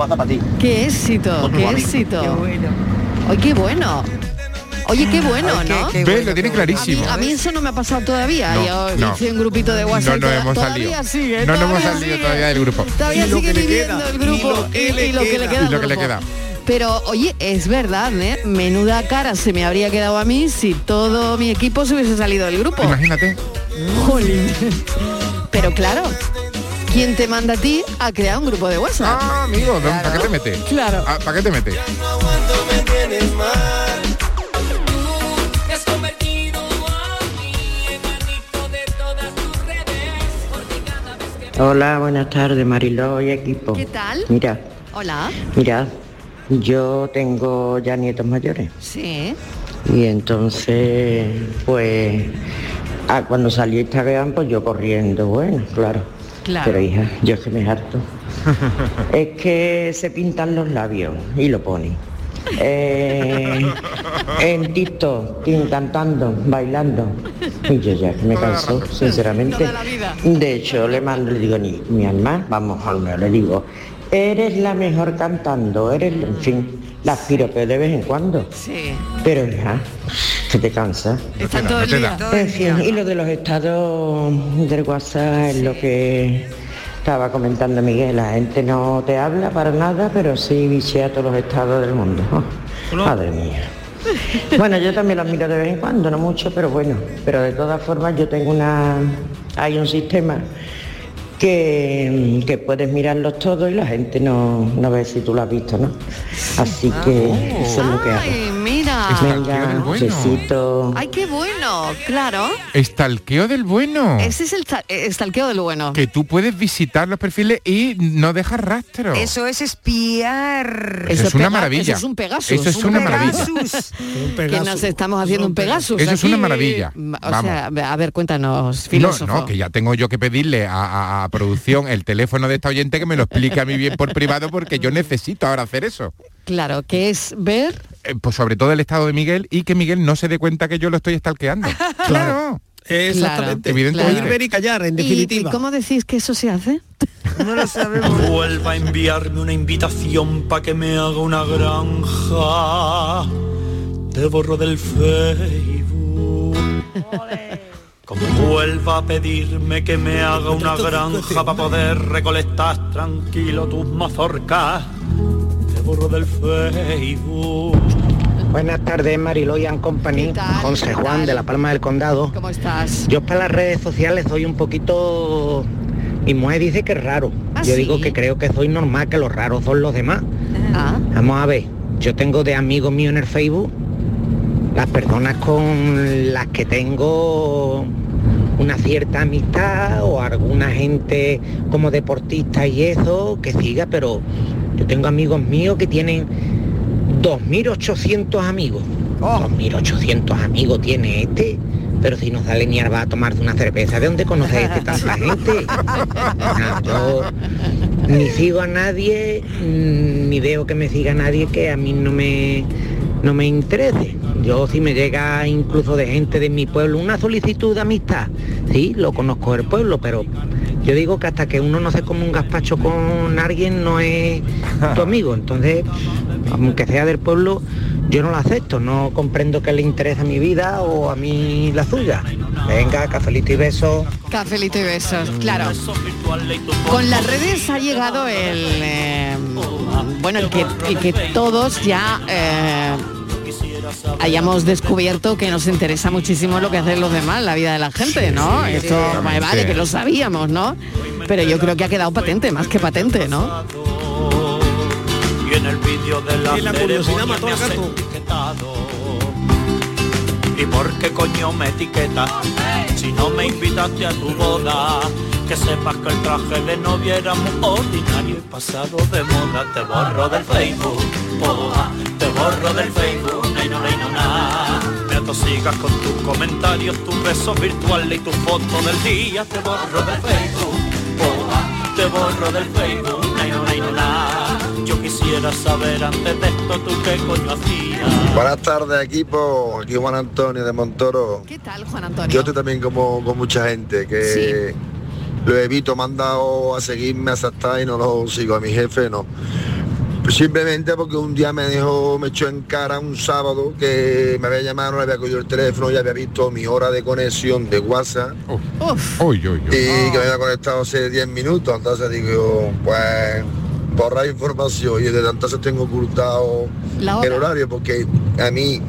[SPEAKER 6] ¡Qué éxito!
[SPEAKER 7] Con tu
[SPEAKER 6] ¡Qué
[SPEAKER 7] amigo.
[SPEAKER 6] éxito! ¡Qué bueno! ¡Ay, qué bueno! Oye, qué bueno,
[SPEAKER 7] Ay, qué-
[SPEAKER 6] ¿no?
[SPEAKER 7] qué Ve, bueno, lo tiene qué bueno.
[SPEAKER 6] A mí-
[SPEAKER 7] clarísimo.
[SPEAKER 6] A mí, eso no me ha pasado todavía.
[SPEAKER 7] No,
[SPEAKER 6] Yo
[SPEAKER 7] no.
[SPEAKER 6] hice un grupito de WhatsApp.
[SPEAKER 7] No
[SPEAKER 6] y
[SPEAKER 7] nos
[SPEAKER 6] toda-
[SPEAKER 7] hemos
[SPEAKER 6] todavía
[SPEAKER 7] salido. no
[SPEAKER 6] sigue,
[SPEAKER 7] nos
[SPEAKER 6] todavía
[SPEAKER 7] hemos salido
[SPEAKER 6] sigue.
[SPEAKER 7] todavía del grupo.
[SPEAKER 6] Todavía sigue viviendo el grupo
[SPEAKER 7] y lo que
[SPEAKER 6] y lo que le queda.
[SPEAKER 7] Y lo que
[SPEAKER 6] al
[SPEAKER 7] le
[SPEAKER 6] grupo.
[SPEAKER 7] queda.
[SPEAKER 6] Pero oye, es verdad, ¿eh? menuda cara se me habría quedado a mí si todo mi equipo se hubiese salido del grupo.
[SPEAKER 7] Imagínate.
[SPEAKER 6] Jolín. Pero claro, ¿quién te manda a ti a crear un grupo de WhatsApp?
[SPEAKER 7] Ah, amigo, ¿para qué te metes?
[SPEAKER 6] Claro.
[SPEAKER 7] Ah, ¿Para qué te metes?
[SPEAKER 3] Te has convertido a mí en adicto de toda
[SPEAKER 17] Hola, buenas tardes, Mariló y equipo.
[SPEAKER 6] ¿Qué tal?
[SPEAKER 17] Mira,
[SPEAKER 6] Hola.
[SPEAKER 17] mira, yo tengo ya nietos mayores.
[SPEAKER 6] Sí.
[SPEAKER 17] Y entonces, pues, ah, cuando salió Instagram, pues yo corriendo, bueno, claro.
[SPEAKER 6] Claro.
[SPEAKER 17] Pero hija, yo es que me harto. es que se pintan los labios y lo ponen. Eh, en TikTok, tin, cantando, bailando. Y yo ya que me
[SPEAKER 18] Toda la
[SPEAKER 17] canso,
[SPEAKER 18] razón.
[SPEAKER 17] sinceramente.
[SPEAKER 18] Toda la vida.
[SPEAKER 17] De hecho, le mando, le digo, ni mi alma, vamos, Alma, le digo, eres la mejor cantando, eres, en fin, las piropeo de vez en cuando.
[SPEAKER 6] Sí.
[SPEAKER 17] Pero hija, que te eh. cansa.
[SPEAKER 6] Está todo el día. Todo
[SPEAKER 17] En
[SPEAKER 6] el
[SPEAKER 17] fin,
[SPEAKER 6] día.
[SPEAKER 17] y lo de los estados del WhatsApp es lo que estaba comentando Miguel. La gente no te habla para nada, pero sí bichea todos los estados del mundo. Madre mía. Bueno, yo también los miro de vez en cuando, no mucho, pero bueno. Pero de todas formas yo tengo una... Hay un sistema que, que puedes mirarlos todos y la gente no, no ve si tú lo has visto, ¿no? Así
[SPEAKER 6] Ah,
[SPEAKER 17] que
[SPEAKER 6] oh.
[SPEAKER 17] eso es lo que hago.
[SPEAKER 6] Ay, mira.
[SPEAKER 17] Venga, besito.
[SPEAKER 6] Ay, qué bueno, claro.
[SPEAKER 7] Estalqueo del bueno.
[SPEAKER 6] Ese es el ta- eh, estalqueo del bueno.
[SPEAKER 7] Que tú puedes visitar los perfiles y no dejas rastro.
[SPEAKER 9] Eso es espiar.
[SPEAKER 7] Eso Eso es es una pega- maravilla. eso es un Pegasus. Eso es una maravilla.
[SPEAKER 6] Que nos estamos haciendo un Pegasus.
[SPEAKER 7] Eso es una
[SPEAKER 6] aquí.
[SPEAKER 7] maravilla.
[SPEAKER 6] O
[SPEAKER 7] Vamos.
[SPEAKER 6] sea, a ver, cuéntanos, filósofo.
[SPEAKER 7] No, no, que ya tengo yo que pedirle a, a- a producción el teléfono de esta oyente que me lo explique a mí bien por privado porque yo necesito ahora hacer eso.
[SPEAKER 6] Claro, que es ver
[SPEAKER 7] Eh, pues sobre todo el estado de Miguel y que Miguel no se dé cuenta que yo lo estoy estalqueando. Claro.
[SPEAKER 8] Exactamente.
[SPEAKER 7] Evidentemente.
[SPEAKER 8] Oír, ver y callar, en
[SPEAKER 6] ¿Y-
[SPEAKER 8] definitiva.
[SPEAKER 6] ¿Y, cómo decís que eso se hace?
[SPEAKER 19] Vuelva a enviarme una invitación para que me haga una granja. Te borro del Facebook. Como vuelva a pedirme que me haga una granja para poder recolectar tranquilo tus mazorcas. Te borro del Facebook.
[SPEAKER 20] Buenas tardes, Mariló y and Company. José Juan de La Palma del Condado.
[SPEAKER 6] ¿Cómo estás?
[SPEAKER 20] Yo para las redes sociales soy un poquito... Mi mujer dice que es raro.
[SPEAKER 6] ¿Ah,
[SPEAKER 20] yo
[SPEAKER 6] sí?
[SPEAKER 20] digo que creo que soy normal, que los raros son los demás.
[SPEAKER 6] Ah,
[SPEAKER 20] Vamos a ver, yo tengo de amigos míos en el Facebook las personas con las que tengo una cierta amistad o alguna gente como deportista y eso que siga, pero yo tengo amigos míos que tienen 2.800 amigos. 2.800 amigos tiene este, pero si no sale ni al bar a tomarse una cerveza, ¿de dónde conoce este tanta gente? Ah, yo ni sigo a nadie, mm, ni veo que me siga nadie que a mí no me, no me interese. Yo si me llega incluso de gente de mi pueblo una solicitud de amistad, sí, lo conozco del pueblo, pero yo digo que hasta que uno no se come un gazpacho con alguien no es tu amigo. Entonces, aunque sea del pueblo, yo no lo acepto, no comprendo que le interesa mi vida o a mí la suya. Venga, cafelito y besos.
[SPEAKER 6] cafelito y besos, claro. Con las redes ha llegado el... eh, bueno, el que, el que todos ya... eh, hayamos descubierto que nos interesa muchísimo lo que hacen los demás, la vida de la gente, ¿no?
[SPEAKER 21] Sí,
[SPEAKER 6] Esto,
[SPEAKER 21] sí.
[SPEAKER 6] vale, vale, que lo sabíamos, ¿no? Pero yo creo que ha quedado patente, más que patente, ¿no?
[SPEAKER 19] Y en el vídeo de la,
[SPEAKER 8] Y la curiosidad mató al gato.
[SPEAKER 19] etiquetado. ¿Y por qué coño me etiquetas? Si no me invitaste a tu boda, que sepas que el traje de novia era muy ordinario y pasado de moda. Te borro del Facebook, boba, te borro del Facebook, nay, no, nay, no, na. Me atosigas con tus comentarios, tus besos virtuales y tus fotos del día. Te borro del Facebook, boba, te borro del Facebook, nay, no, nay, no, na. Yo quisiera saber antes de esto tú qué coño hacías.
[SPEAKER 22] Buenas tardes equipo, aquí Juan Antonio de Montoro.
[SPEAKER 6] ¿Qué tal, Juan
[SPEAKER 22] Yo
[SPEAKER 6] Antonio?
[SPEAKER 22] estoy también como con mucha gente que lo evito, me han dado a seguirme, a saltar y no lo sigo, a mi jefe no. Simplemente porque un día me dejó, me echó en cara un sábado que me había llamado, no le había cogido el teléfono, ya había visto mi hora de conexión de WhatsApp
[SPEAKER 7] Uy, uy, uy.
[SPEAKER 22] y que me había conectado hace 10 minutos, entonces digo, pues borrar información y desde entonces tengo ocultado
[SPEAKER 6] La hora.
[SPEAKER 22] el horario porque a mí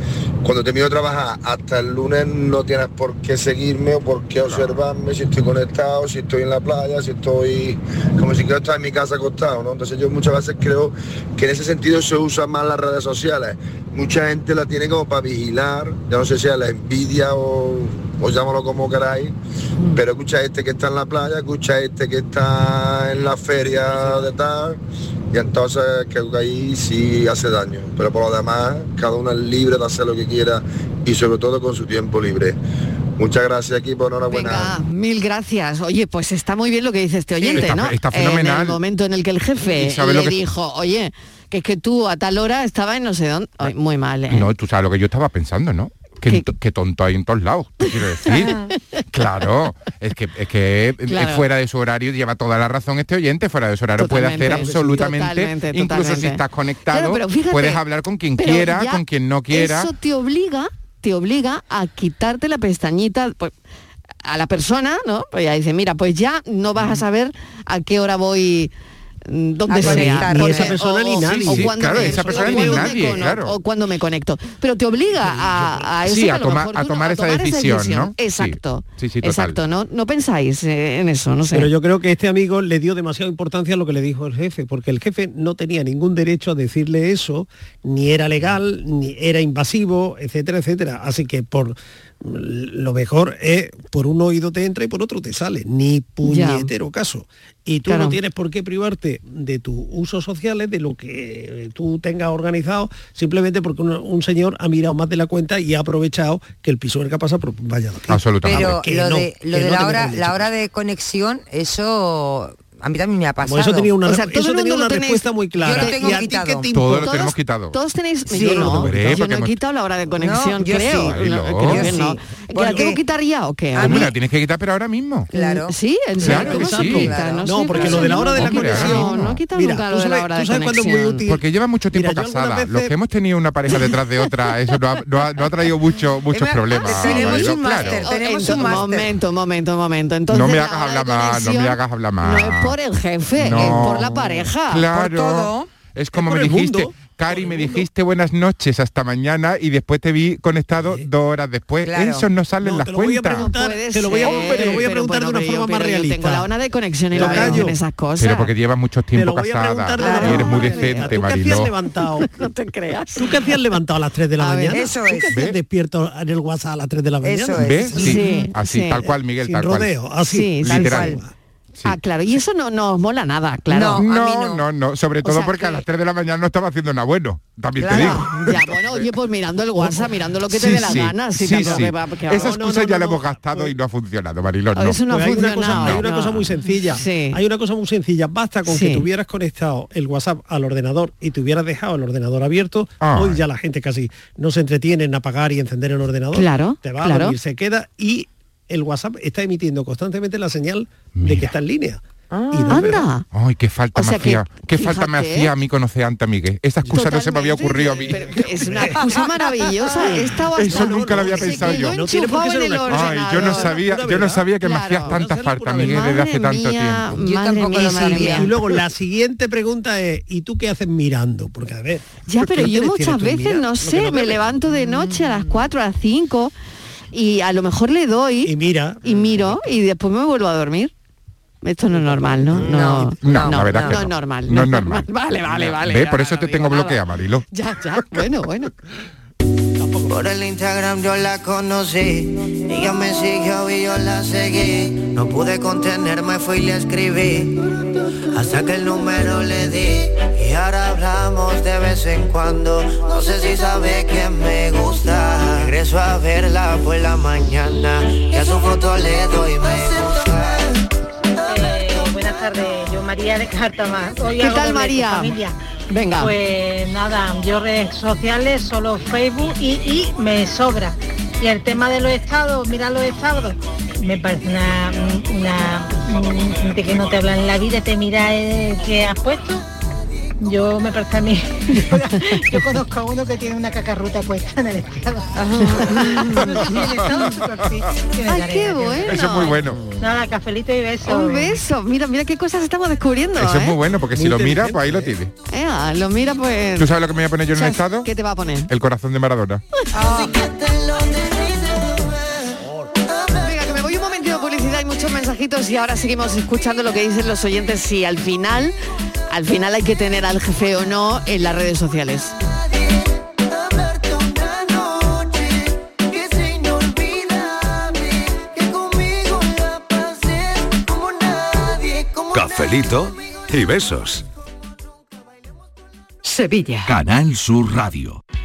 [SPEAKER 22] cuando termino de trabajar hasta el lunes no tienes por qué seguirme o por qué observarme si estoy conectado, si estoy en la playa, si estoy como si quiero estar en mi casa acostado, ¿no? Entonces yo muchas veces creo que en ese sentido se usan más las redes sociales. Mucha gente la tiene como para vigilar, ya no sé si es la envidia o, o llámalo como queráis,
[SPEAKER 6] Mm.
[SPEAKER 22] pero escucha a este que está en la playa, escucha a este que está en la feria de tal, y entonces creo que ahí sí hace daño. Pero por lo demás, cada uno es libre de hacer lo que quiera y sobre todo con su tiempo libre. Muchas gracias equipo, enhorabuena.
[SPEAKER 6] Ah, mil gracias. Oye, pues está muy bien lo que dice este oyente,
[SPEAKER 7] Está-
[SPEAKER 6] ¿no?
[SPEAKER 7] está
[SPEAKER 6] En
[SPEAKER 7] fenomenal.
[SPEAKER 6] el momento en el que el
[SPEAKER 7] ¿Y
[SPEAKER 6] jefe
[SPEAKER 7] sabe
[SPEAKER 6] le
[SPEAKER 7] lo que-
[SPEAKER 6] dijo, oye, que es que tú a tal hora estaba en no sé dónde. Ay, muy mal, ¿eh?
[SPEAKER 7] No, tú sabes lo que yo estaba pensando, ¿no? Que, to- que tonto hay en todos lados, te quiero decir. claro, es que, es que
[SPEAKER 6] Claro.
[SPEAKER 7] es fuera de su horario, lleva toda la razón este oyente, fuera de su horario
[SPEAKER 6] Totalmente,
[SPEAKER 7] puede hacer absolutamente,
[SPEAKER 6] totalmente,
[SPEAKER 7] incluso si
[SPEAKER 6] totalmente.
[SPEAKER 7] estás conectado,
[SPEAKER 6] Claro, pero fíjate,
[SPEAKER 7] puedes hablar con quien
[SPEAKER 6] pero
[SPEAKER 7] quiera,
[SPEAKER 6] ya
[SPEAKER 7] con quien no quiera.
[SPEAKER 6] Eso te obliga, te obliga a quitarte la pestañita pues, a la persona, ¿no? Pues ya dice, mira, pues ya no vas a saber a qué hora voy mm,
[SPEAKER 8] A
[SPEAKER 6] donde sea
[SPEAKER 8] conectarme. Ni
[SPEAKER 6] o-
[SPEAKER 8] esa persona ni
[SPEAKER 6] o-
[SPEAKER 8] nadie.
[SPEAKER 6] o
[SPEAKER 8] Sí,
[SPEAKER 6] cuando
[SPEAKER 7] claro,
[SPEAKER 6] me-
[SPEAKER 7] esa
[SPEAKER 6] o
[SPEAKER 7] persona ni
[SPEAKER 6] cuando me
[SPEAKER 7] nadie,
[SPEAKER 6] cono-
[SPEAKER 7] claro.
[SPEAKER 6] o cuando me conecto pero te obliga a, a eso
[SPEAKER 7] Sí,
[SPEAKER 6] que
[SPEAKER 7] a
[SPEAKER 6] lo
[SPEAKER 7] tomar-
[SPEAKER 6] mejor
[SPEAKER 7] a
[SPEAKER 6] tú no-
[SPEAKER 7] tomar esa decisión, ¿no? Sí.
[SPEAKER 6] exacto
[SPEAKER 7] Sí, sí, total.
[SPEAKER 6] exacto no no pensáis eh, en eso no sé
[SPEAKER 8] Pero yo creo que este amigo le dio demasiada importancia a lo que le dijo el jefe, porque el jefe no tenía ningún derecho a decirle eso, ni era legal, ni era invasivo, etcétera, etcétera. Así que por lo mejor es por un oído te entra y por otro te sale, ni puñetero caso. Y tú
[SPEAKER 18] Claro.
[SPEAKER 8] no tienes por qué privarte de tus usos sociales, de lo que eh, tú tengas organizado, simplemente porque un, un señor ha mirado más de la cuenta y ha aprovechado que pues, el pisuerga pasa por Valladolid.
[SPEAKER 7] Absolutamente.
[SPEAKER 9] Pero
[SPEAKER 8] que
[SPEAKER 9] lo
[SPEAKER 8] no,
[SPEAKER 9] de, lo
[SPEAKER 8] que
[SPEAKER 9] de
[SPEAKER 8] no te
[SPEAKER 9] la,
[SPEAKER 8] lo
[SPEAKER 9] hora,
[SPEAKER 8] han
[SPEAKER 9] la hora de conexión, eso a mí también me ha pasado.
[SPEAKER 8] Como eso tenía una- O sea, todo
[SPEAKER 9] eso
[SPEAKER 8] el
[SPEAKER 9] tenía
[SPEAKER 8] mundo lo tenéis-
[SPEAKER 9] Yo lo tengo
[SPEAKER 8] ¿Y a ti
[SPEAKER 9] quitado.
[SPEAKER 8] qué te
[SPEAKER 7] Todo lo
[SPEAKER 8] Todos-
[SPEAKER 7] tenemos quitado.
[SPEAKER 6] Todos tenéis.
[SPEAKER 9] Sí.
[SPEAKER 6] Yo
[SPEAKER 9] Yo no
[SPEAKER 6] no,
[SPEAKER 9] lo tengo
[SPEAKER 6] yo
[SPEAKER 7] porque
[SPEAKER 6] no he
[SPEAKER 7] hemos-
[SPEAKER 6] quitado la hora de conexión,
[SPEAKER 9] yo
[SPEAKER 6] creo.
[SPEAKER 9] sí.
[SPEAKER 7] Ay,
[SPEAKER 6] No, creo
[SPEAKER 7] no.
[SPEAKER 6] que
[SPEAKER 7] Yo
[SPEAKER 6] no.
[SPEAKER 7] sí.
[SPEAKER 6] ¿Que ¿La tengo que quitar ya o qué?
[SPEAKER 7] ¿Cómo la tienes que quitar pero ahora mismo?
[SPEAKER 9] Claro.
[SPEAKER 6] Sí, en serio,
[SPEAKER 7] Claro que
[SPEAKER 6] ¿cómo se
[SPEAKER 7] sí.
[SPEAKER 6] quita? No, sé,
[SPEAKER 8] porque
[SPEAKER 6] pero
[SPEAKER 8] lo de la
[SPEAKER 6] no,
[SPEAKER 8] hora de la
[SPEAKER 6] hombre, ahora
[SPEAKER 8] conexión-
[SPEAKER 6] No, no he quitado
[SPEAKER 8] Mira,
[SPEAKER 6] nunca
[SPEAKER 8] tú
[SPEAKER 6] lo de la
[SPEAKER 8] sabes-
[SPEAKER 6] hora
[SPEAKER 8] tú
[SPEAKER 6] de
[SPEAKER 8] sabes cuándo es muy
[SPEAKER 6] conexión.
[SPEAKER 8] útil?
[SPEAKER 7] Porque lleva mucho tiempo
[SPEAKER 8] Mira, yo algunas
[SPEAKER 7] casada.
[SPEAKER 8] veces-
[SPEAKER 7] Los que hemos tenido una pareja detrás de otra, eso no ha, no ha- no ha traído mucho, muchos problemas. Marilo, claro.
[SPEAKER 9] tenemos un máster.
[SPEAKER 6] Momento, momento, momento. Entonces,
[SPEAKER 7] no me
[SPEAKER 6] la
[SPEAKER 7] hagas
[SPEAKER 6] hora de
[SPEAKER 7] hablar más, no me
[SPEAKER 6] conexión
[SPEAKER 7] hagas hablar
[SPEAKER 6] No
[SPEAKER 7] más.
[SPEAKER 6] es por el jefe,
[SPEAKER 7] No.
[SPEAKER 6] es por la pareja.
[SPEAKER 7] Claro.
[SPEAKER 6] Por todo.
[SPEAKER 7] Es como
[SPEAKER 6] por
[SPEAKER 7] me
[SPEAKER 6] el
[SPEAKER 7] dijiste,
[SPEAKER 6] mundo,
[SPEAKER 7] Cari, me dijiste buenas noches hasta mañana y después te vi conectado dos horas después.
[SPEAKER 6] Claro.
[SPEAKER 7] Eso no sale en las cuentas.
[SPEAKER 6] Puede
[SPEAKER 8] Ah, te lo voy a-
[SPEAKER 6] ser,
[SPEAKER 8] pero voy a
[SPEAKER 6] pero
[SPEAKER 8] preguntar de
[SPEAKER 6] bueno,
[SPEAKER 8] una
[SPEAKER 6] pero
[SPEAKER 8] forma
[SPEAKER 6] yo- pero yo
[SPEAKER 8] más
[SPEAKER 6] Tengo
[SPEAKER 8] realista.
[SPEAKER 6] la hora de conexión y la hora
[SPEAKER 8] Tocayo.
[SPEAKER 6] en esas cosas.
[SPEAKER 7] Pero porque llevas mucho tiempo casada y eres muy decente,
[SPEAKER 8] ¿Tú qué hacías
[SPEAKER 7] Mariló.
[SPEAKER 8] levantado?
[SPEAKER 6] no te creas.
[SPEAKER 8] ¿Tú qué hacías levantado a las 3 de la
[SPEAKER 9] A ver,
[SPEAKER 8] mañana?
[SPEAKER 9] eso
[SPEAKER 8] ¿Tú
[SPEAKER 9] es.
[SPEAKER 8] qué hacías
[SPEAKER 9] ¿Ves?
[SPEAKER 8] despierto en el WhatsApp a las 3 de la mañana?
[SPEAKER 9] Eso
[SPEAKER 7] ¿Ves? Sí, así, tal cual, Miguel,
[SPEAKER 8] Sin
[SPEAKER 7] tal cual.
[SPEAKER 8] rodeo, así.
[SPEAKER 6] Sí, tal
[SPEAKER 7] Literal.
[SPEAKER 6] cual. Ah, claro, y eso no nos mola nada, claro.
[SPEAKER 7] no, no, no, sobre todo
[SPEAKER 6] sea
[SPEAKER 7] porque a las 3 de la mañana no estaba haciendo nada bueno, también te digo.
[SPEAKER 6] Claro, ya, bueno, oye, pues mirando el WhatsApp, mirando lo que te
[SPEAKER 7] Sí,
[SPEAKER 6] dé la
[SPEAKER 7] sí,
[SPEAKER 6] gana, si
[SPEAKER 7] sí,
[SPEAKER 6] tampoco
[SPEAKER 7] sí.
[SPEAKER 6] que va- que
[SPEAKER 7] Esa
[SPEAKER 6] va- no,
[SPEAKER 7] excusa ya la hemos gastado y no ha funcionado, Marilón.
[SPEAKER 6] Eso no
[SPEAKER 8] Pues
[SPEAKER 6] ha
[SPEAKER 8] hay una cosa,
[SPEAKER 6] funcionado, ¿eh?
[SPEAKER 8] hay una
[SPEAKER 6] no.
[SPEAKER 8] cosa muy sencilla. Hay una cosa muy sencilla. Basta con
[SPEAKER 6] Sí.
[SPEAKER 8] que tuvieras conectado el WhatsApp al ordenador y te hubieras dejado el ordenador abierto.
[SPEAKER 6] Ay.
[SPEAKER 8] Hoy ya la gente casi no se entretiene en apagar y encender el ordenador.
[SPEAKER 6] Claro,
[SPEAKER 8] Te va
[SPEAKER 6] claro.
[SPEAKER 8] a dormir, se queda y el WhatsApp está emitiendo constantemente la señal de que está en línea. Y no es verdad.
[SPEAKER 7] Ay, qué falta
[SPEAKER 8] O sea
[SPEAKER 7] me hacía.
[SPEAKER 8] que,
[SPEAKER 7] Qué falta me
[SPEAKER 8] fíjate. ¿eh?
[SPEAKER 7] hacía a mí conocer a Anta Miguel. Esa excusa no se me había ocurrido a mí.
[SPEAKER 6] Es una excusa maravillosa. He estado hasta
[SPEAKER 7] Eso nunca lo había
[SPEAKER 6] se
[SPEAKER 7] pensado
[SPEAKER 6] quedó
[SPEAKER 7] yo.
[SPEAKER 6] No tiene por qué enchufado ser en una el excusa.
[SPEAKER 7] Ay, yo no
[SPEAKER 6] ordenador.
[SPEAKER 7] sabía, yo no sabía que me hacías tanta falta, Miguel, desde hace tanto tiempo.
[SPEAKER 8] Yo tampoco
[SPEAKER 6] mía, madre
[SPEAKER 8] lo sabía.
[SPEAKER 6] mía.
[SPEAKER 8] Y luego la siguiente pregunta es, ¿y tú qué haces mirando? Porque a ver.
[SPEAKER 6] Ya, pero
[SPEAKER 8] ¿qué
[SPEAKER 6] yo
[SPEAKER 8] interés tienes
[SPEAKER 6] muchas
[SPEAKER 8] tú en
[SPEAKER 6] veces,
[SPEAKER 8] mirar
[SPEAKER 6] no
[SPEAKER 8] lo que
[SPEAKER 6] sé, me
[SPEAKER 8] debes?
[SPEAKER 6] levanto de noche a
[SPEAKER 7] Mm.
[SPEAKER 6] las 4, a las 5 y a lo mejor le doy y
[SPEAKER 8] mira
[SPEAKER 6] y miro y después me vuelvo a dormir. Esto no es normal, ¿no? No,
[SPEAKER 7] No, la verdad que
[SPEAKER 6] no es
[SPEAKER 7] no.
[SPEAKER 6] normal.
[SPEAKER 7] No es normal.
[SPEAKER 6] Vale, vale, vale.
[SPEAKER 7] Ve,
[SPEAKER 6] ya,
[SPEAKER 7] Por eso te tengo bloqueada, Marilo.
[SPEAKER 6] Ya, ya, bueno, bueno.
[SPEAKER 21] Por el Instagram yo la conocí, ella me siguió y yo la seguí. No pude contenerme, fui y le escribí, hasta que el número le di. Y ahora hablamos de vez en cuando, no sé si sabe que me gusta. Regreso a verla por la mañana, y a su foto le doy me gusta.
[SPEAKER 23] Eh, buenas tardes, yo María de Cartama.
[SPEAKER 6] ¿Qué tal, María? Venga.
[SPEAKER 23] Pues nada, yo redes sociales, solo Facebook y, y me sobra. Y el tema de los estados, mira los estados, me parece una, mm, una- una gente que no te habla en la vida, te mira eh, que has puesto. Yo me parece a mí. Yo conozco a uno que tiene una cacarruta puesta en el estado.
[SPEAKER 6] Ah.
[SPEAKER 23] Sí, en el estado súper sí, que me
[SPEAKER 6] Ay,
[SPEAKER 23] daré,
[SPEAKER 6] qué
[SPEAKER 23] que me-
[SPEAKER 6] bueno.
[SPEAKER 7] Eso es muy bueno.
[SPEAKER 23] Nada, cafelito y beso.
[SPEAKER 6] Un beso. Mira, mira qué cosas estamos descubriendo.
[SPEAKER 7] Eso es
[SPEAKER 6] ¿eh?
[SPEAKER 7] muy bueno, porque si lo mira, pues ahí lo tiene.
[SPEAKER 6] Ea, lo mira pues.
[SPEAKER 7] ¿Tú sabes lo que me voy a poner yo en un
[SPEAKER 6] Chas,
[SPEAKER 7] estado?
[SPEAKER 6] ¿Qué te va a poner? Ah.
[SPEAKER 7] El corazón de Maradona.
[SPEAKER 6] Venga, que me voy un momentito a publicidad y muchos mensajitos y ahora seguimos escuchando lo que dicen los oyentes si al final, al final hay que tener al jefe o no en las redes sociales.
[SPEAKER 1] Una noche que es inolvidable, que conmigo la pasé como nadie, como
[SPEAKER 2] Cafelito y besos.
[SPEAKER 4] Sevilla.
[SPEAKER 2] Canal Sur Radio.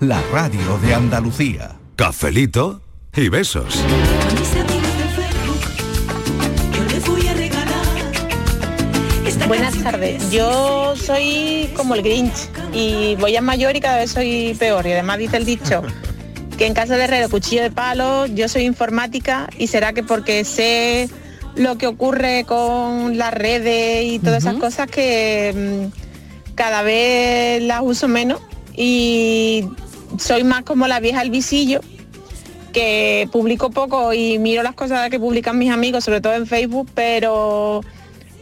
[SPEAKER 24] la radio de Andalucía.
[SPEAKER 2] Cafelito y besos.
[SPEAKER 1] A mis amigos del Facebook, yo les voy a regalar esta
[SPEAKER 25] Buenas
[SPEAKER 1] canción
[SPEAKER 25] tardes, yo soy como el Grinch y voy a mayor y cada vez soy peor y además dice el dicho que en casa de herrero cuchillo de palo, yo soy informática y será que porque sé lo que ocurre con las redes y todas esas cosas que mm, cada vez las uso menos y soy más como la vieja al visillo que publico poco y miro las cosas que publican mis amigos, sobre todo en Facebook, pero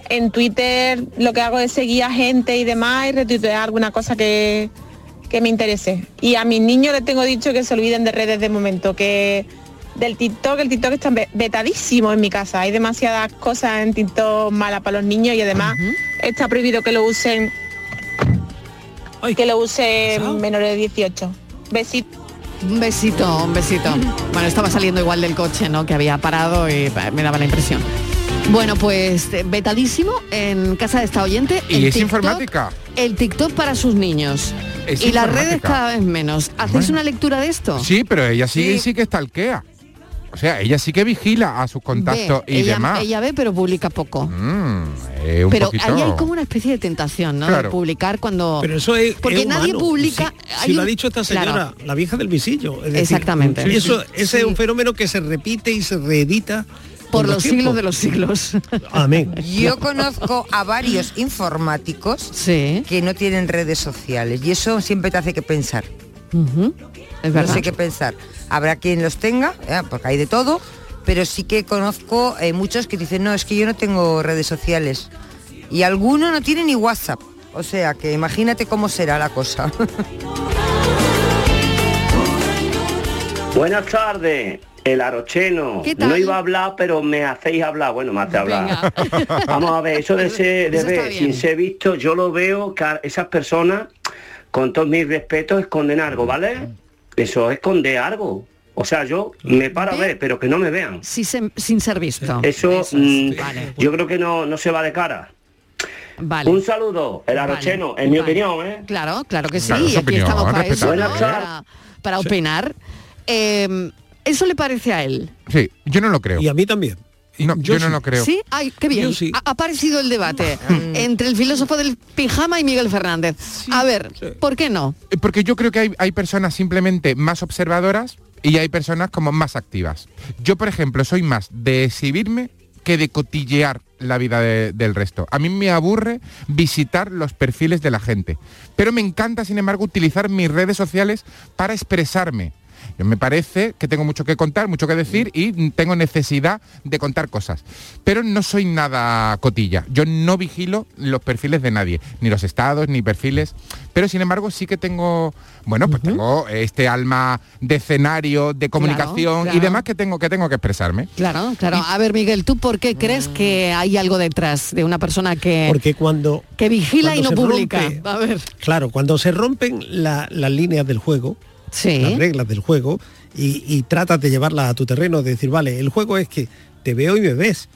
[SPEAKER 25] en Twitter lo que hago es seguir a gente y demás y retuitear alguna cosa que, que me interese. Y a mis niños les tengo dicho que se olviden de redes de momento, que del TikTok, el TikTok está ve- vetadísimo en mi casa. Hay demasiadas cosas en TikTok malas para los niños y además está prohibido que lo usen que lo use menores de 18. Besitos.
[SPEAKER 6] Un besito, un besito. Bueno, estaba saliendo igual del coche, ¿no? Que había parado y pa, me daba la impresión. Bueno, pues eh, vetadísimo en casa de esta oyente.
[SPEAKER 7] Y
[SPEAKER 6] el
[SPEAKER 7] es informática.
[SPEAKER 6] El TikTok para sus niños.
[SPEAKER 7] Es
[SPEAKER 6] y las redes
[SPEAKER 7] informática.
[SPEAKER 6] cada vez menos. ¿Hacéis una lectura de esto?
[SPEAKER 7] Sí, pero ella sigue y sí que stalkea. O sea, ella sí que vigila a sus contactos
[SPEAKER 6] Ve,
[SPEAKER 7] y
[SPEAKER 6] ella,
[SPEAKER 7] demás.
[SPEAKER 6] ella ve, pero publica poco.
[SPEAKER 7] Mm, eh, un
[SPEAKER 6] pero
[SPEAKER 7] poquito.
[SPEAKER 6] ahí hay como una especie de tentación, ¿no? De
[SPEAKER 7] Claro.
[SPEAKER 6] publicar cuando...
[SPEAKER 8] Pero eso es
[SPEAKER 6] Porque
[SPEAKER 8] es
[SPEAKER 6] nadie
[SPEAKER 8] humano.
[SPEAKER 6] publica...
[SPEAKER 8] Si-
[SPEAKER 6] hay
[SPEAKER 8] si lo ha
[SPEAKER 6] un-
[SPEAKER 8] dicho esta señora,
[SPEAKER 6] Claro.
[SPEAKER 8] la vieja del visillo. es decir,
[SPEAKER 6] Exactamente.
[SPEAKER 8] y eso,
[SPEAKER 6] Sí, sí.
[SPEAKER 8] ese es un fenómeno que se repite y se reedita
[SPEAKER 6] Por los siglos de los siglos.
[SPEAKER 8] Amén.
[SPEAKER 9] Yo conozco a varios informáticos que no tienen redes sociales y eso siempre te hace que pensar. No
[SPEAKER 6] verdad.
[SPEAKER 9] sé qué pensar. Habrá quien los tenga, eh, porque hay de todo, pero sí que conozco eh, muchos que dicen, no, es que yo no tengo redes sociales. Y algunos no tienen ni WhatsApp. O sea que imagínate cómo será la cosa.
[SPEAKER 3] Buenas tardes, el arocheno.
[SPEAKER 9] ¿Qué tal?
[SPEAKER 3] No iba a hablar, pero me hacéis hablar. Bueno, me hace hablar. Vamos a ver, eso de ser, de
[SPEAKER 4] Eso está
[SPEAKER 3] ver,
[SPEAKER 4] bien.
[SPEAKER 3] sin ser visto, yo lo veo que a esas personas, con todos mis respetos, esconden algo, ¿vale? Eso esconde algo. O sea, yo me paro a ver, pero que no me vean.
[SPEAKER 6] Si se- sin ser visto.
[SPEAKER 3] Eso
[SPEAKER 6] es.
[SPEAKER 3] mm,
[SPEAKER 6] Vale.
[SPEAKER 3] yo creo que no, no se va de cara.
[SPEAKER 6] Vale.
[SPEAKER 3] Un saludo, el
[SPEAKER 6] Vale,
[SPEAKER 3] arocheno, en mi
[SPEAKER 6] vale.
[SPEAKER 3] opinión, ¿eh?
[SPEAKER 6] Claro, claro que sí.
[SPEAKER 3] Claro, es
[SPEAKER 6] y aquí
[SPEAKER 3] opinión,
[SPEAKER 6] estamos para eso,
[SPEAKER 3] respetable.
[SPEAKER 6] ¿no?
[SPEAKER 3] Buenas tardes.
[SPEAKER 6] para, para opinar. Eh, ¿Eso le parece a él?
[SPEAKER 7] Sí, yo no lo creo. Y
[SPEAKER 8] a mí también.
[SPEAKER 7] No, yo, no lo creo.
[SPEAKER 6] ¿Sí? Ay, qué bien. Ah,
[SPEAKER 7] Yo sí. Mm.
[SPEAKER 6] Ha ha aparecido el debate entre el filósofo del pijama y Miguel Fernández. a ver, ¿por qué no?
[SPEAKER 7] Eh, Porque yo creo que hay, hay personas simplemente más observadoras y hay personas como más activas. Yo, por ejemplo, soy más de exhibirme que de cotillear la vida de- del resto. A mí me aburre visitar los perfiles de la gente. Pero me encanta, sin embargo, utilizar mis redes sociales para expresarme. Yo me parece que tengo mucho que contar, mucho que decir y tengo necesidad de contar cosas. Pero no soy nada cotilla. Yo no vigilo los perfiles de nadie, ni los estados, ni perfiles. Pero sin embargo sí que tengo, bueno, pues tengo este alma de escenario, de comunicación
[SPEAKER 6] claro.
[SPEAKER 7] y demás que tengo que tengo que expresarme.
[SPEAKER 6] Claro, claro. A ver, Miguel, ¿tú por qué crees
[SPEAKER 7] Mm.
[SPEAKER 6] que hay algo detrás de una persona que,
[SPEAKER 8] Porque cuando
[SPEAKER 6] Eh, que vigila y no
[SPEAKER 8] cuando se
[SPEAKER 6] publica?
[SPEAKER 8] rompe-
[SPEAKER 6] A ver.
[SPEAKER 8] Claro, cuando se rompen la- las líneas del juego, las reglas del juego, y, y tratas de llevarlas a tu terreno, de decir, vale, el juego es que te veo y me ves.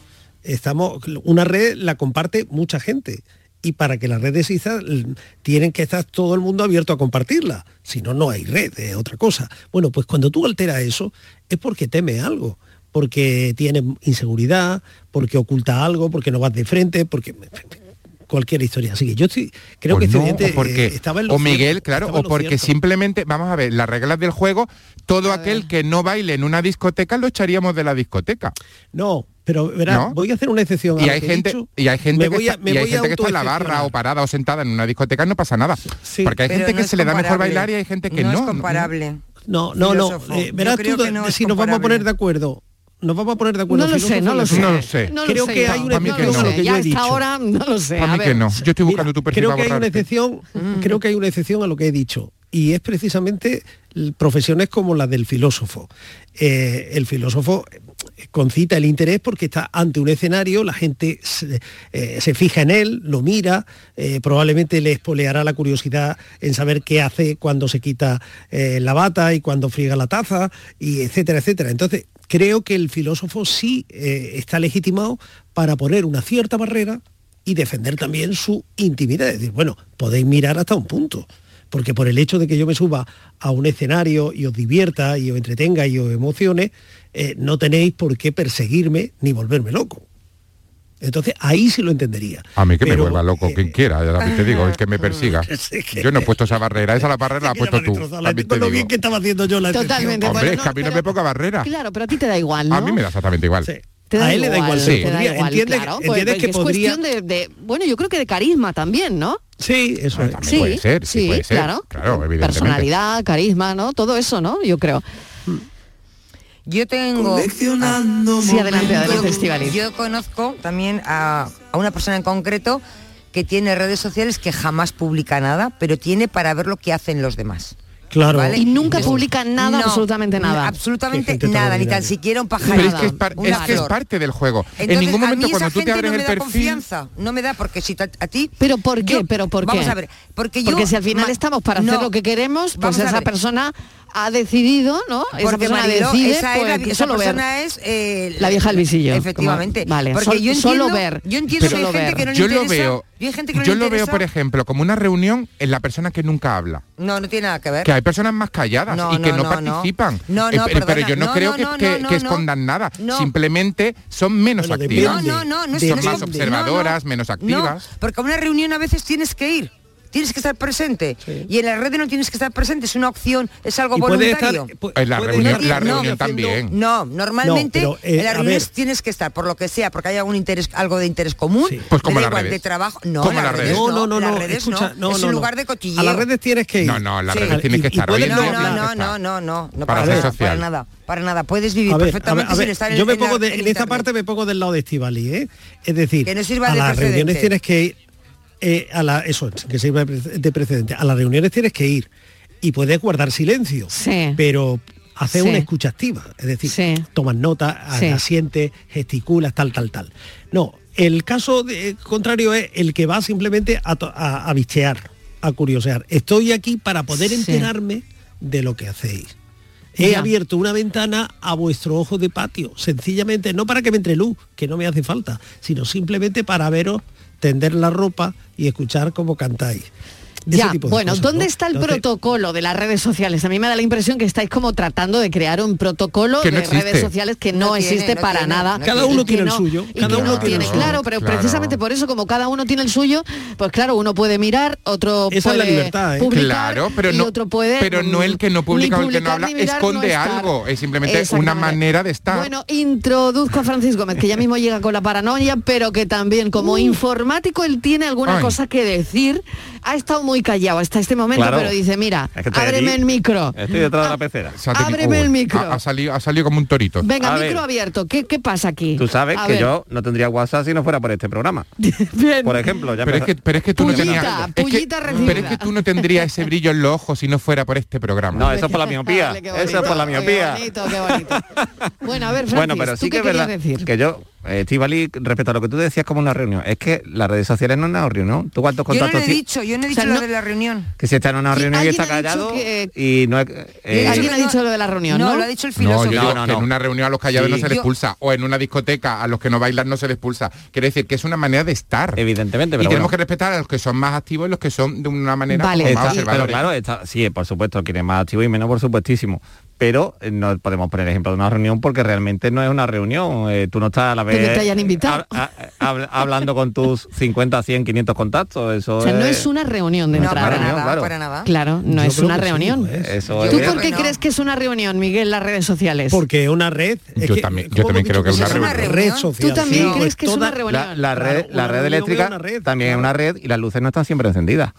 [SPEAKER 8] Estamos, una red la comparte mucha gente. Y para que la red exista, l- tienen que estar todo el mundo abierto a compartirla. Si no, no hay red, es otra cosa. Bueno, pues cuando tú alteras eso, es porque teme algo, porque tienes inseguridad, porque oculta algo, porque no vas de frente, porque cualquier historia. Así que yo estoy, creo
[SPEAKER 7] Pues
[SPEAKER 8] que este
[SPEAKER 7] no,
[SPEAKER 8] oyente,
[SPEAKER 7] o porque-
[SPEAKER 8] eh, estaba en lo
[SPEAKER 7] o Miguel,
[SPEAKER 8] cierto,
[SPEAKER 7] claro,
[SPEAKER 8] estaba
[SPEAKER 7] o
[SPEAKER 8] en lo
[SPEAKER 7] porque
[SPEAKER 8] cierto.
[SPEAKER 7] simplemente, vamos a ver, las reglas del juego, todo aquel que no baile en una discoteca lo echaríamos de la discoteca.
[SPEAKER 8] No, pero verás,
[SPEAKER 7] ¿No?
[SPEAKER 8] voy a hacer una excepción. a
[SPEAKER 7] Y
[SPEAKER 8] lo
[SPEAKER 7] hay,
[SPEAKER 8] que he
[SPEAKER 7] gente,
[SPEAKER 8] dicho.
[SPEAKER 7] y hay gente
[SPEAKER 8] Me voy
[SPEAKER 7] que
[SPEAKER 8] a-
[SPEAKER 7] está,
[SPEAKER 8] me
[SPEAKER 7] y hay
[SPEAKER 8] voy a
[SPEAKER 7] gente que está en la barra
[SPEAKER 8] autoexcepcionar.
[SPEAKER 7] o parada o sentada en una discoteca, no pasa nada. porque hay
[SPEAKER 9] Pero
[SPEAKER 7] gente
[SPEAKER 9] no
[SPEAKER 7] que
[SPEAKER 9] es
[SPEAKER 7] se le da mejor
[SPEAKER 9] comparable.
[SPEAKER 7] bailar y hay gente que
[SPEAKER 9] No
[SPEAKER 7] no.
[SPEAKER 9] es
[SPEAKER 7] no-
[SPEAKER 9] comparable.
[SPEAKER 8] No, no, no.
[SPEAKER 9] Filósofo.
[SPEAKER 8] eh,
[SPEAKER 9] Yo
[SPEAKER 8] verás
[SPEAKER 9] creo
[SPEAKER 8] tú,
[SPEAKER 9] que no es
[SPEAKER 8] si nos vamos a
[SPEAKER 9] comparable.
[SPEAKER 8] poner de acuerdo. Nos vamos a poner de acuerdo.
[SPEAKER 6] No lo sé,
[SPEAKER 8] filósofo,
[SPEAKER 6] no lo sé.
[SPEAKER 7] No lo sé.
[SPEAKER 6] No lo
[SPEAKER 8] Creo
[SPEAKER 6] sé.
[SPEAKER 8] que hay una
[SPEAKER 6] Pa' mí que
[SPEAKER 8] excepción a
[SPEAKER 6] no.
[SPEAKER 8] lo que
[SPEAKER 6] Ya
[SPEAKER 8] yo he
[SPEAKER 6] hasta
[SPEAKER 8] dicho.
[SPEAKER 6] ahora no lo sé.
[SPEAKER 7] Para
[SPEAKER 6] a
[SPEAKER 7] mí que
[SPEAKER 6] ver. Mm.
[SPEAKER 7] no. Yo estoy buscando tu perfil
[SPEAKER 8] Creo
[SPEAKER 7] para
[SPEAKER 8] que hay una
[SPEAKER 7] borrarte.
[SPEAKER 8] excepción, creo que hay una excepción a lo que he dicho y es precisamente l- profesiones como la del filósofo. Eh, el filósofo eh, concita el interés porque está ante un escenario, la gente se, eh, se fija en él, lo mira, eh, probablemente le espoleará la curiosidad en saber qué hace cuando se quita eh, la bata y cuando friega la taza, y etcétera, etcétera. Entonces, creo que el filósofo sí eh, está legitimado para poner una cierta barrera y defender también su intimidad. Es decir, bueno, podéis mirar hasta un punto. Porque por el hecho de que yo me suba a un escenario y os divierta y os entretenga y os emocione, eh, no tenéis por qué perseguirme ni volverme loco. Entonces ahí sí lo entendería.
[SPEAKER 7] A mí que
[SPEAKER 8] Pero,
[SPEAKER 7] me vuelva loco
[SPEAKER 9] eh,
[SPEAKER 7] quien quiera, ya también te digo, el que me persiga. Yo no he puesto esa barrera, esa la barrera la has puesto tú. también te
[SPEAKER 8] Con lo
[SPEAKER 7] digo.
[SPEAKER 8] bien que estaba haciendo yo la excepción.
[SPEAKER 6] Totalmente.
[SPEAKER 7] Hombre,
[SPEAKER 6] bueno,
[SPEAKER 7] es que a mí no me poca barrera.
[SPEAKER 6] Claro, pero a ti te da igual, ¿no?
[SPEAKER 7] A mí me da exactamente igual.
[SPEAKER 6] Te da
[SPEAKER 7] A él le da igual,
[SPEAKER 6] te
[SPEAKER 7] sí.
[SPEAKER 6] da
[SPEAKER 7] Podría-
[SPEAKER 6] igual,
[SPEAKER 7] entiende-
[SPEAKER 6] claro,
[SPEAKER 7] entiende
[SPEAKER 6] pues,
[SPEAKER 7] que
[SPEAKER 6] es
[SPEAKER 7] podría-
[SPEAKER 6] cuestión de, de- bueno, yo creo que de carisma también, ¿no?
[SPEAKER 8] Sí, eso es.
[SPEAKER 7] Ah, También puede ser, sí, puede ser.
[SPEAKER 6] claro.
[SPEAKER 7] evidentemente.
[SPEAKER 6] Personalidad, carisma, ¿no? Todo eso, ¿no? Yo creo.
[SPEAKER 9] Mm. Yo tengo...
[SPEAKER 6] Ah, sí, adelante, adelante,
[SPEAKER 9] Yo-
[SPEAKER 6] Estivaliz.
[SPEAKER 9] Yo conozco también a, a una persona en concreto que tiene redes sociales que jamás publica nada, pero tiene para ver lo que hacen los demás.
[SPEAKER 8] Claro.
[SPEAKER 9] ¿vale?
[SPEAKER 6] Y nunca
[SPEAKER 9] Es-
[SPEAKER 6] publica nada,
[SPEAKER 9] No,
[SPEAKER 6] absolutamente nada.
[SPEAKER 9] Absolutamente nada, ni tan siquiera un pajarito.
[SPEAKER 7] Pero es que es, par-
[SPEAKER 9] una
[SPEAKER 7] es que es
[SPEAKER 9] flor.
[SPEAKER 7] parte del juego.
[SPEAKER 9] Entonces,
[SPEAKER 7] en ningún
[SPEAKER 9] a
[SPEAKER 7] momento
[SPEAKER 9] mí
[SPEAKER 7] cuando
[SPEAKER 9] esa
[SPEAKER 7] tú te
[SPEAKER 9] gente
[SPEAKER 7] abres
[SPEAKER 9] no
[SPEAKER 7] el
[SPEAKER 9] me da
[SPEAKER 7] perfil,
[SPEAKER 9] confianza, no me da porque si ta- a ti
[SPEAKER 6] Pero ¿por qué?
[SPEAKER 9] Yo-
[SPEAKER 6] pero ¿por qué?
[SPEAKER 9] vamos a ver, porque yo
[SPEAKER 6] si al final
[SPEAKER 9] ma-
[SPEAKER 6] estamos para
[SPEAKER 9] no,
[SPEAKER 6] hacer lo que queremos, pues
[SPEAKER 9] vamos a
[SPEAKER 6] esa
[SPEAKER 9] ver.
[SPEAKER 6] persona ha decidido, ¿no? esa
[SPEAKER 9] Porque
[SPEAKER 6] persona
[SPEAKER 9] Mariló,
[SPEAKER 6] decide,
[SPEAKER 9] esa, es
[SPEAKER 6] pues,
[SPEAKER 9] la, vi- esa
[SPEAKER 6] solo ver.
[SPEAKER 9] persona es eh,
[SPEAKER 6] La vieja del visillo,
[SPEAKER 9] Efectivamente.
[SPEAKER 6] como- vale,
[SPEAKER 9] Porque
[SPEAKER 6] sol-
[SPEAKER 9] yo entiendo,
[SPEAKER 6] solo ver.
[SPEAKER 9] Yo entiendo
[SPEAKER 6] Pero-
[SPEAKER 9] que hay gente
[SPEAKER 6] solo
[SPEAKER 9] que no le
[SPEAKER 7] yo lo
[SPEAKER 9] interesa.
[SPEAKER 7] veo,
[SPEAKER 9] yo hay gente que no
[SPEAKER 7] yo
[SPEAKER 9] le
[SPEAKER 7] lo veo,
[SPEAKER 9] interesa.
[SPEAKER 7] por ejemplo, como una reunión en la persona que nunca habla.
[SPEAKER 9] No, no tiene nada que ver.
[SPEAKER 7] Que hay personas más calladas
[SPEAKER 9] No,
[SPEAKER 7] y que
[SPEAKER 9] no,
[SPEAKER 7] no,
[SPEAKER 9] no, no.
[SPEAKER 7] participan.
[SPEAKER 9] No, no,
[SPEAKER 7] Eh, pero, pero yo
[SPEAKER 9] perdona,
[SPEAKER 7] no,
[SPEAKER 9] no,
[SPEAKER 7] creo
[SPEAKER 9] no,
[SPEAKER 7] que,
[SPEAKER 9] no,
[SPEAKER 7] que-
[SPEAKER 9] no,
[SPEAKER 7] que
[SPEAKER 9] no.
[SPEAKER 7] escondan nada.
[SPEAKER 9] No.
[SPEAKER 7] Simplemente son menos activas.
[SPEAKER 9] No, no, no, no es
[SPEAKER 7] son
[SPEAKER 9] depende.
[SPEAKER 7] más observadoras,
[SPEAKER 9] No, no.
[SPEAKER 7] menos
[SPEAKER 9] No,
[SPEAKER 7] activas.
[SPEAKER 9] porque a una reunión a veces tienes que ir. Tienes que estar presente. Y en la red no tienes que estar presente. Es una opción, es algo
[SPEAKER 7] Y puede estar-
[SPEAKER 9] voluntario.
[SPEAKER 7] pu- En la puede reunión- estar- la reunión también.
[SPEAKER 9] No, normalmente
[SPEAKER 7] No, eh, pero, eh,
[SPEAKER 9] en
[SPEAKER 7] a
[SPEAKER 9] las reuniones
[SPEAKER 7] ver.
[SPEAKER 9] tienes que estar, por lo que sea, porque hay algún interés, algo de interés común.
[SPEAKER 7] Pues como
[SPEAKER 9] Me da
[SPEAKER 7] las
[SPEAKER 9] igual,
[SPEAKER 7] redes.
[SPEAKER 9] De trabajo. No,
[SPEAKER 7] Como
[SPEAKER 9] las
[SPEAKER 7] las
[SPEAKER 9] redes
[SPEAKER 7] redes.
[SPEAKER 9] no.
[SPEAKER 7] No, no, no,
[SPEAKER 9] las
[SPEAKER 7] no,
[SPEAKER 9] redes
[SPEAKER 7] escucha,
[SPEAKER 9] no.
[SPEAKER 7] no,
[SPEAKER 9] Es
[SPEAKER 7] no, no.
[SPEAKER 9] un lugar de cotilleo.
[SPEAKER 7] A las redes tienes que ir. No, no, a las redes tienes que estar. Hoy en
[SPEAKER 9] no,
[SPEAKER 7] día
[SPEAKER 9] no,
[SPEAKER 7] tienes que
[SPEAKER 9] no,
[SPEAKER 7] estar.
[SPEAKER 9] no, no, no, no,
[SPEAKER 7] Para
[SPEAKER 9] para,
[SPEAKER 7] redes
[SPEAKER 9] nada, para
[SPEAKER 7] sociales.
[SPEAKER 9] nada, para nada. Puedes vivir
[SPEAKER 8] A ver,
[SPEAKER 9] perfectamente
[SPEAKER 8] a ver, a
[SPEAKER 9] sin
[SPEAKER 8] ver,
[SPEAKER 9] estar en
[SPEAKER 8] yo me
[SPEAKER 9] en la-
[SPEAKER 8] pongo de-
[SPEAKER 9] en
[SPEAKER 8] en esta
[SPEAKER 9] internet.
[SPEAKER 8] parte me pongo del lado de Estivali, ¿eh? Es decir,
[SPEAKER 9] Que no sirva
[SPEAKER 8] a
[SPEAKER 9] de
[SPEAKER 8] las
[SPEAKER 9] precedente.
[SPEAKER 8] reuniones tienes que ir eh, a la, eso, que sirva de pre- de precedente. A las reuniones tienes que ir y puedes guardar silencio,
[SPEAKER 6] Sí.
[SPEAKER 8] pero hacer
[SPEAKER 6] Sí.
[SPEAKER 8] una escucha activa, es decir, tomas nota,
[SPEAKER 6] Sí.
[SPEAKER 8] asientes, gesticulas, tal, tal, tal. No, el caso de- eh, contrario es el que va simplemente a, to- a- a bichear, a curiosear. Estoy aquí para poder
[SPEAKER 6] Sí.
[SPEAKER 8] enterarme de lo que hacéis. He
[SPEAKER 6] Ya.
[SPEAKER 8] abierto una ventana a vuestro ojo de patio, sencillamente, no para que me entre luz, que no me hace falta, sino simplemente para veros tender la ropa y escuchar cómo cantáis. Ese
[SPEAKER 6] Ya,
[SPEAKER 8] tipo de
[SPEAKER 6] bueno,
[SPEAKER 8] cosas,
[SPEAKER 6] ¿dónde
[SPEAKER 8] ¿no?
[SPEAKER 6] está el
[SPEAKER 8] Entonces,
[SPEAKER 6] protocolo de las redes sociales? A mí me da la impresión que estáis como tratando de crear un protocolo
[SPEAKER 8] Que
[SPEAKER 6] de
[SPEAKER 8] no existe.
[SPEAKER 6] redes sociales que no,
[SPEAKER 8] No tiene,
[SPEAKER 6] existe
[SPEAKER 8] no
[SPEAKER 6] para
[SPEAKER 8] tiene,
[SPEAKER 6] nada.
[SPEAKER 8] no Cada
[SPEAKER 6] y
[SPEAKER 8] uno
[SPEAKER 6] que
[SPEAKER 8] tiene el
[SPEAKER 6] no-
[SPEAKER 8] suyo,
[SPEAKER 6] y
[SPEAKER 8] cada
[SPEAKER 6] que
[SPEAKER 8] uno
[SPEAKER 6] no
[SPEAKER 8] tiene el suyo.
[SPEAKER 6] Claro, pero
[SPEAKER 8] Claro.
[SPEAKER 6] precisamente por eso, como cada uno tiene el suyo, pues claro, uno puede mirar, otro
[SPEAKER 7] Esa es
[SPEAKER 6] puede
[SPEAKER 7] la libertad, ¿eh?
[SPEAKER 6] publicar
[SPEAKER 7] Claro, pero
[SPEAKER 6] y
[SPEAKER 7] no-
[SPEAKER 6] otro puede
[SPEAKER 7] pero no el que no
[SPEAKER 6] mm,
[SPEAKER 7] publica
[SPEAKER 6] ni
[SPEAKER 7] o el que no
[SPEAKER 6] publicar,
[SPEAKER 7] habla,
[SPEAKER 6] ni mirar,
[SPEAKER 7] esconde
[SPEAKER 6] no estar.
[SPEAKER 7] algo, es simplemente una
[SPEAKER 6] Exactamente.
[SPEAKER 7] manera de estar.
[SPEAKER 6] Bueno, introduzco a Francis Gómez, que ya mismo llega con la paranoia, pero que también
[SPEAKER 8] Uh.
[SPEAKER 6] como informático él tiene alguna
[SPEAKER 4] Ay.
[SPEAKER 6] cosa que decir. Ha estado muy callado hasta este momento,
[SPEAKER 4] Claro.
[SPEAKER 6] pero dice, mira,
[SPEAKER 4] Es que estoy
[SPEAKER 6] ábreme
[SPEAKER 4] allí.
[SPEAKER 6] el micro.
[SPEAKER 4] Estoy detrás de
[SPEAKER 9] Ah,
[SPEAKER 4] la pecera.
[SPEAKER 7] Se ha tenido-
[SPEAKER 6] Ábreme el micro.
[SPEAKER 7] Ha, ha salido, ha salido como un torito.
[SPEAKER 6] Venga, micro abierto. ¿Qué, qué pasa aquí?
[SPEAKER 4] Tú sabes
[SPEAKER 6] A
[SPEAKER 4] que
[SPEAKER 6] ver.
[SPEAKER 4] yo no tendría WhatsApp si no fuera por este programa. Por ejemplo, ya
[SPEAKER 7] Pero es,
[SPEAKER 4] empezó-
[SPEAKER 7] que, pero es que tú
[SPEAKER 4] Pullita,
[SPEAKER 7] no tenías, es que-
[SPEAKER 6] Ah, pullita recibida.
[SPEAKER 7] pero es que tú no tendrías ese brillo en los ojos si no fuera por este programa.
[SPEAKER 4] No, eso es por la miopía.
[SPEAKER 6] Qué
[SPEAKER 4] Eso es por la
[SPEAKER 6] bonito,
[SPEAKER 4] miopía.
[SPEAKER 6] Qué bonito, qué bonito. Bueno, a ver, Francis,
[SPEAKER 4] Bueno, pero
[SPEAKER 6] ¿tú
[SPEAKER 4] sí que
[SPEAKER 6] qué
[SPEAKER 4] es verdad
[SPEAKER 6] querías decir?
[SPEAKER 4] que yo, eh, Estivali, respecto a lo que tú decías como una reunión, es que las redes sociales no es una reunión. ¿Tú cuántos
[SPEAKER 9] Yo no
[SPEAKER 4] contactos
[SPEAKER 9] lo he
[SPEAKER 4] tienes?
[SPEAKER 9] dicho, yo no he dicho lo de la reunión.
[SPEAKER 4] Que si está en una reunión y está callado
[SPEAKER 9] que-
[SPEAKER 4] y no es... eh,
[SPEAKER 6] Alguien ha dicho lo de la reunión, ¿no?
[SPEAKER 9] No, lo ha dicho el filósofo.
[SPEAKER 7] No, yo digo que en una reunión a los callados
[SPEAKER 4] Sí.
[SPEAKER 7] no se les
[SPEAKER 4] Yo-
[SPEAKER 7] expulsa, o en una discoteca a los que no bailan no se les expulsa. Quiere decir que es una manera de estar.
[SPEAKER 4] Evidentemente,
[SPEAKER 7] y
[SPEAKER 4] pero
[SPEAKER 7] tenemos
[SPEAKER 4] bueno.
[SPEAKER 7] que respetar a los que son más activos y los que son de una
[SPEAKER 6] pues,
[SPEAKER 7] manera como
[SPEAKER 4] Está-
[SPEAKER 7] más
[SPEAKER 4] pero
[SPEAKER 7] observadores.
[SPEAKER 4] claro, está- sí, por supuesto, quien es más activo y menos, por supuestísimo. Pero eh, no podemos poner ejemplo de una reunión porque realmente no es una reunión. Eh, tú no estás a la
[SPEAKER 6] Que
[SPEAKER 4] vez
[SPEAKER 6] no te hayan invitado.
[SPEAKER 4] hab- hab- hablando con tus 50, 100, 500 contactos. Eso
[SPEAKER 6] O sea, no
[SPEAKER 4] es-
[SPEAKER 6] es una reunión de
[SPEAKER 4] No,
[SPEAKER 6] entrada.
[SPEAKER 4] para nada, Claro. para
[SPEAKER 6] nada. Claro, no es una reunión.
[SPEAKER 4] Eso
[SPEAKER 6] ¿Tú
[SPEAKER 4] pues, es-
[SPEAKER 6] por qué crees que es una reunión, Miguel, las redes sociales?
[SPEAKER 8] Porque una red...
[SPEAKER 7] Yo también, yo también creo que es una reunión.
[SPEAKER 8] red social.
[SPEAKER 6] ¿Tú también
[SPEAKER 8] sí,
[SPEAKER 6] crees
[SPEAKER 8] pues
[SPEAKER 6] que es una
[SPEAKER 8] toda-
[SPEAKER 6] reunión?
[SPEAKER 4] La, la red, la red eléctrica también es una red y las luces no están siempre encendidas.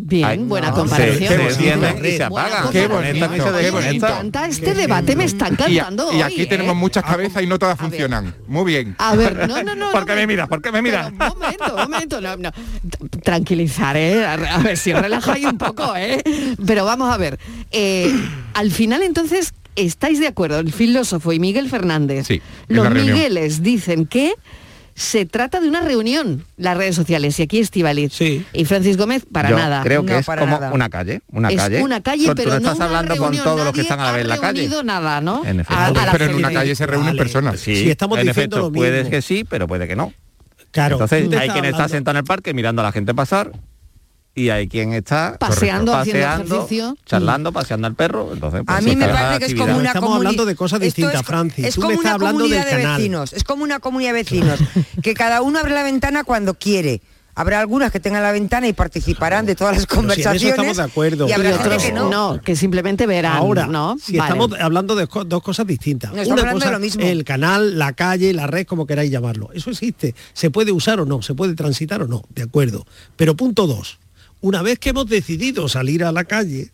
[SPEAKER 6] Bien, buena
[SPEAKER 4] se-
[SPEAKER 6] comparación.
[SPEAKER 4] Ah, Se, encienden y se
[SPEAKER 6] Buena
[SPEAKER 4] apagan.
[SPEAKER 6] comparación.
[SPEAKER 4] Se conectan y se
[SPEAKER 6] Oye, me
[SPEAKER 4] desconectan.
[SPEAKER 6] encanta este debate, me está
[SPEAKER 7] Y,
[SPEAKER 6] encantando
[SPEAKER 7] y
[SPEAKER 6] hoy,
[SPEAKER 7] aquí
[SPEAKER 6] ¿eh?
[SPEAKER 7] tenemos muchas cabezas y no todas funcionan. Muy bien.
[SPEAKER 6] A ver, no, no, no.
[SPEAKER 7] ¿Por qué me miras? ¿Por qué me miras?
[SPEAKER 6] momento, un momento, no, no. T- Tranquilizar, ¿eh? A a ver si os relajáis un poco, ¿eh? Pero vamos a ver. eh, al final, entonces, ¿estáis de acuerdo? El filósofo y Miguel Fernández.
[SPEAKER 7] Sí, en la
[SPEAKER 6] Los
[SPEAKER 7] reunión.
[SPEAKER 6] Migueles dicen que se trata de una reunión, las redes sociales, y aquí Estivaliz y Francis Gómez, para
[SPEAKER 4] Yo
[SPEAKER 6] nada.
[SPEAKER 4] Creo que es como una calle. Una
[SPEAKER 6] Es
[SPEAKER 4] calle.
[SPEAKER 6] una calle,
[SPEAKER 4] Tú-
[SPEAKER 6] pero
[SPEAKER 4] tú
[SPEAKER 6] no
[SPEAKER 4] no estás
[SPEAKER 6] una
[SPEAKER 4] hablando
[SPEAKER 6] reunión,
[SPEAKER 4] con todos los
[SPEAKER 6] nadie
[SPEAKER 4] que están a la vez en la calle.
[SPEAKER 6] reunido nada, ¿no?
[SPEAKER 4] En efecto.
[SPEAKER 6] A- a la
[SPEAKER 7] pero en una
[SPEAKER 6] gente.
[SPEAKER 7] calle se reúnen personas.
[SPEAKER 4] Sí, en efecto, puede que sí, pero puede que no.
[SPEAKER 8] Claro.
[SPEAKER 4] Entonces
[SPEAKER 8] tú te
[SPEAKER 4] hay
[SPEAKER 8] estás
[SPEAKER 4] quien está
[SPEAKER 8] hablando-
[SPEAKER 4] sentado en el parque mirando a la gente pasar y hay quien está
[SPEAKER 6] Paseando,
[SPEAKER 4] correcto,
[SPEAKER 6] haciendo
[SPEAKER 4] paseando,
[SPEAKER 6] ejercicio.
[SPEAKER 4] paseando, paseando al perro. Entonces, pues,
[SPEAKER 9] a mí
[SPEAKER 4] eso
[SPEAKER 9] me
[SPEAKER 4] está
[SPEAKER 9] parece que es como
[SPEAKER 4] actividad.
[SPEAKER 9] una
[SPEAKER 8] Estamos hablando de cosas
[SPEAKER 9] Esto
[SPEAKER 8] distintas,
[SPEAKER 9] es-
[SPEAKER 8] Francis.
[SPEAKER 9] Es
[SPEAKER 8] Tú me
[SPEAKER 9] como
[SPEAKER 8] estás
[SPEAKER 9] una
[SPEAKER 8] hablando del
[SPEAKER 9] comunidad de
[SPEAKER 8] canal.
[SPEAKER 9] vecinos, es como una comunidad de vecinos, que cada uno abre la ventana cuando quiere. Habrá algunas que tengan la ventana y participarán de todas las
[SPEAKER 8] Pero si en eso
[SPEAKER 9] conversaciones.
[SPEAKER 8] estamos de acuerdo.
[SPEAKER 9] Y habrá gente que no.
[SPEAKER 6] que simplemente verán,
[SPEAKER 8] Ahora,
[SPEAKER 6] ¿no?
[SPEAKER 8] si
[SPEAKER 6] Vale.
[SPEAKER 8] estamos hablando de co- dos cosas distintas.
[SPEAKER 6] No, estamos
[SPEAKER 8] Una
[SPEAKER 6] hablando
[SPEAKER 8] cosa,
[SPEAKER 6] de lo mismo.
[SPEAKER 8] el canal, la calle, la red, como queráis llamarlo. Eso existe. Se puede usar o no, se puede transitar o no, de acuerdo. Pero punto dos, una vez que hemos decidido salir a la calle,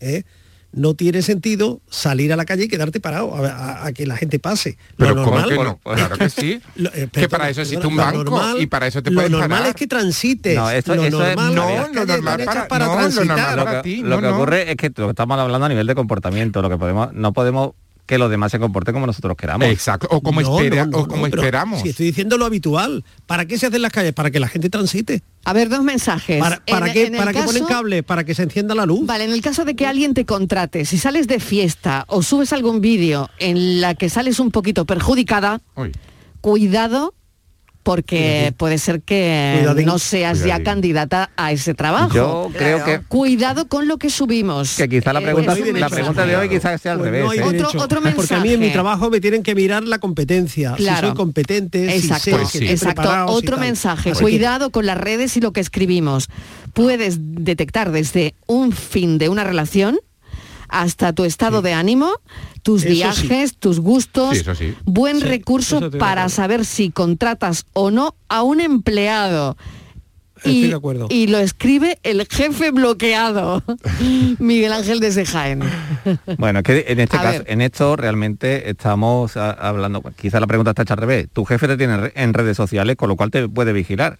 [SPEAKER 8] ¿eh? no tiene sentido salir a la calle y quedarte parado a, a- a que la gente pase.
[SPEAKER 7] Pero
[SPEAKER 8] Lo
[SPEAKER 7] ¿cómo
[SPEAKER 8] normal-
[SPEAKER 7] que no? Claro que sí.
[SPEAKER 8] Lo- eh,
[SPEAKER 7] que
[SPEAKER 8] perdona,
[SPEAKER 7] para eso existe un
[SPEAKER 8] perdona,
[SPEAKER 7] banco
[SPEAKER 8] lo normal-
[SPEAKER 7] y para eso te
[SPEAKER 8] Lo
[SPEAKER 7] puedes
[SPEAKER 8] normal
[SPEAKER 7] parar.
[SPEAKER 8] es que transites.
[SPEAKER 4] No, esto-
[SPEAKER 8] lo
[SPEAKER 4] eso es-
[SPEAKER 8] normal,
[SPEAKER 4] no,
[SPEAKER 8] las
[SPEAKER 4] lo
[SPEAKER 8] calles están
[SPEAKER 4] normal
[SPEAKER 8] hechas
[SPEAKER 4] para-
[SPEAKER 8] para
[SPEAKER 4] no, lo
[SPEAKER 8] transitar.
[SPEAKER 4] normal para ti, Lo que ocurre es que lo que estamos hablando a nivel de comportamiento, lo que podemos no podemos que los demás se comporten como nosotros queramos.
[SPEAKER 7] Exacto, o como,
[SPEAKER 8] No,
[SPEAKER 7] espera-
[SPEAKER 8] no, no,
[SPEAKER 7] o como
[SPEAKER 8] no, pero
[SPEAKER 7] esperamos.
[SPEAKER 8] Si estoy diciendo lo habitual, ¿para qué se hacen las calles? Para que la gente transite.
[SPEAKER 6] A ver, dos mensajes.
[SPEAKER 8] ¿Para, para
[SPEAKER 6] En-
[SPEAKER 8] qué,
[SPEAKER 6] en el
[SPEAKER 8] para qué ponen
[SPEAKER 6] caso-
[SPEAKER 8] cables? Para que se encienda la luz.
[SPEAKER 6] Vale, en el caso de que alguien te contrate, si sales de fiesta o subes algún vídeo en la que sales un poquito perjudicada, cuidado porque puede ser que
[SPEAKER 4] Cuidadín.
[SPEAKER 6] no seas ya
[SPEAKER 4] Cuidadín.
[SPEAKER 6] candidata a ese trabajo.
[SPEAKER 4] Yo creo Claro. que-
[SPEAKER 6] cuidado con lo que subimos.
[SPEAKER 4] Que quizá la
[SPEAKER 6] Eh,
[SPEAKER 4] pregunta,
[SPEAKER 6] es un
[SPEAKER 4] la pregunta de hoy
[SPEAKER 6] mensaje.
[SPEAKER 4] quizás sea al
[SPEAKER 8] Pues
[SPEAKER 4] revés.
[SPEAKER 8] no hay
[SPEAKER 4] ¿eh?
[SPEAKER 8] derecho, Porque a mí en mi trabajo me tienen que mirar la competencia. Si
[SPEAKER 6] Claro.
[SPEAKER 8] soy competente,
[SPEAKER 6] Exacto,
[SPEAKER 4] Pues
[SPEAKER 8] si sé, si estoy
[SPEAKER 6] exacto.
[SPEAKER 8] preparado, si
[SPEAKER 6] Otro
[SPEAKER 8] tal.
[SPEAKER 6] mensaje.
[SPEAKER 8] Así que-
[SPEAKER 6] Cuidado con las redes y lo que escribimos. Puedes detectar desde un fin de una relación hasta tu estado de ánimo, tus
[SPEAKER 5] Eso sí.
[SPEAKER 6] viajes, tus gustos.
[SPEAKER 5] Sí, eso sí.
[SPEAKER 6] Buen
[SPEAKER 5] Sí,
[SPEAKER 6] recurso
[SPEAKER 5] eso estoy de
[SPEAKER 6] para
[SPEAKER 5] acuerdo.
[SPEAKER 6] saber si contratas o no a un empleado.
[SPEAKER 8] Estoy de acuerdo.
[SPEAKER 6] y lo escribe el jefe bloqueado, Miguel Ángel desde Jaén.
[SPEAKER 4] Bueno, es que en este
[SPEAKER 6] A
[SPEAKER 4] caso,
[SPEAKER 6] ver.
[SPEAKER 4] en esto realmente estamos a- hablando, quizás la pregunta está hecha al revés. Tu jefe te tiene re- en redes sociales, con lo cual te puede vigilar.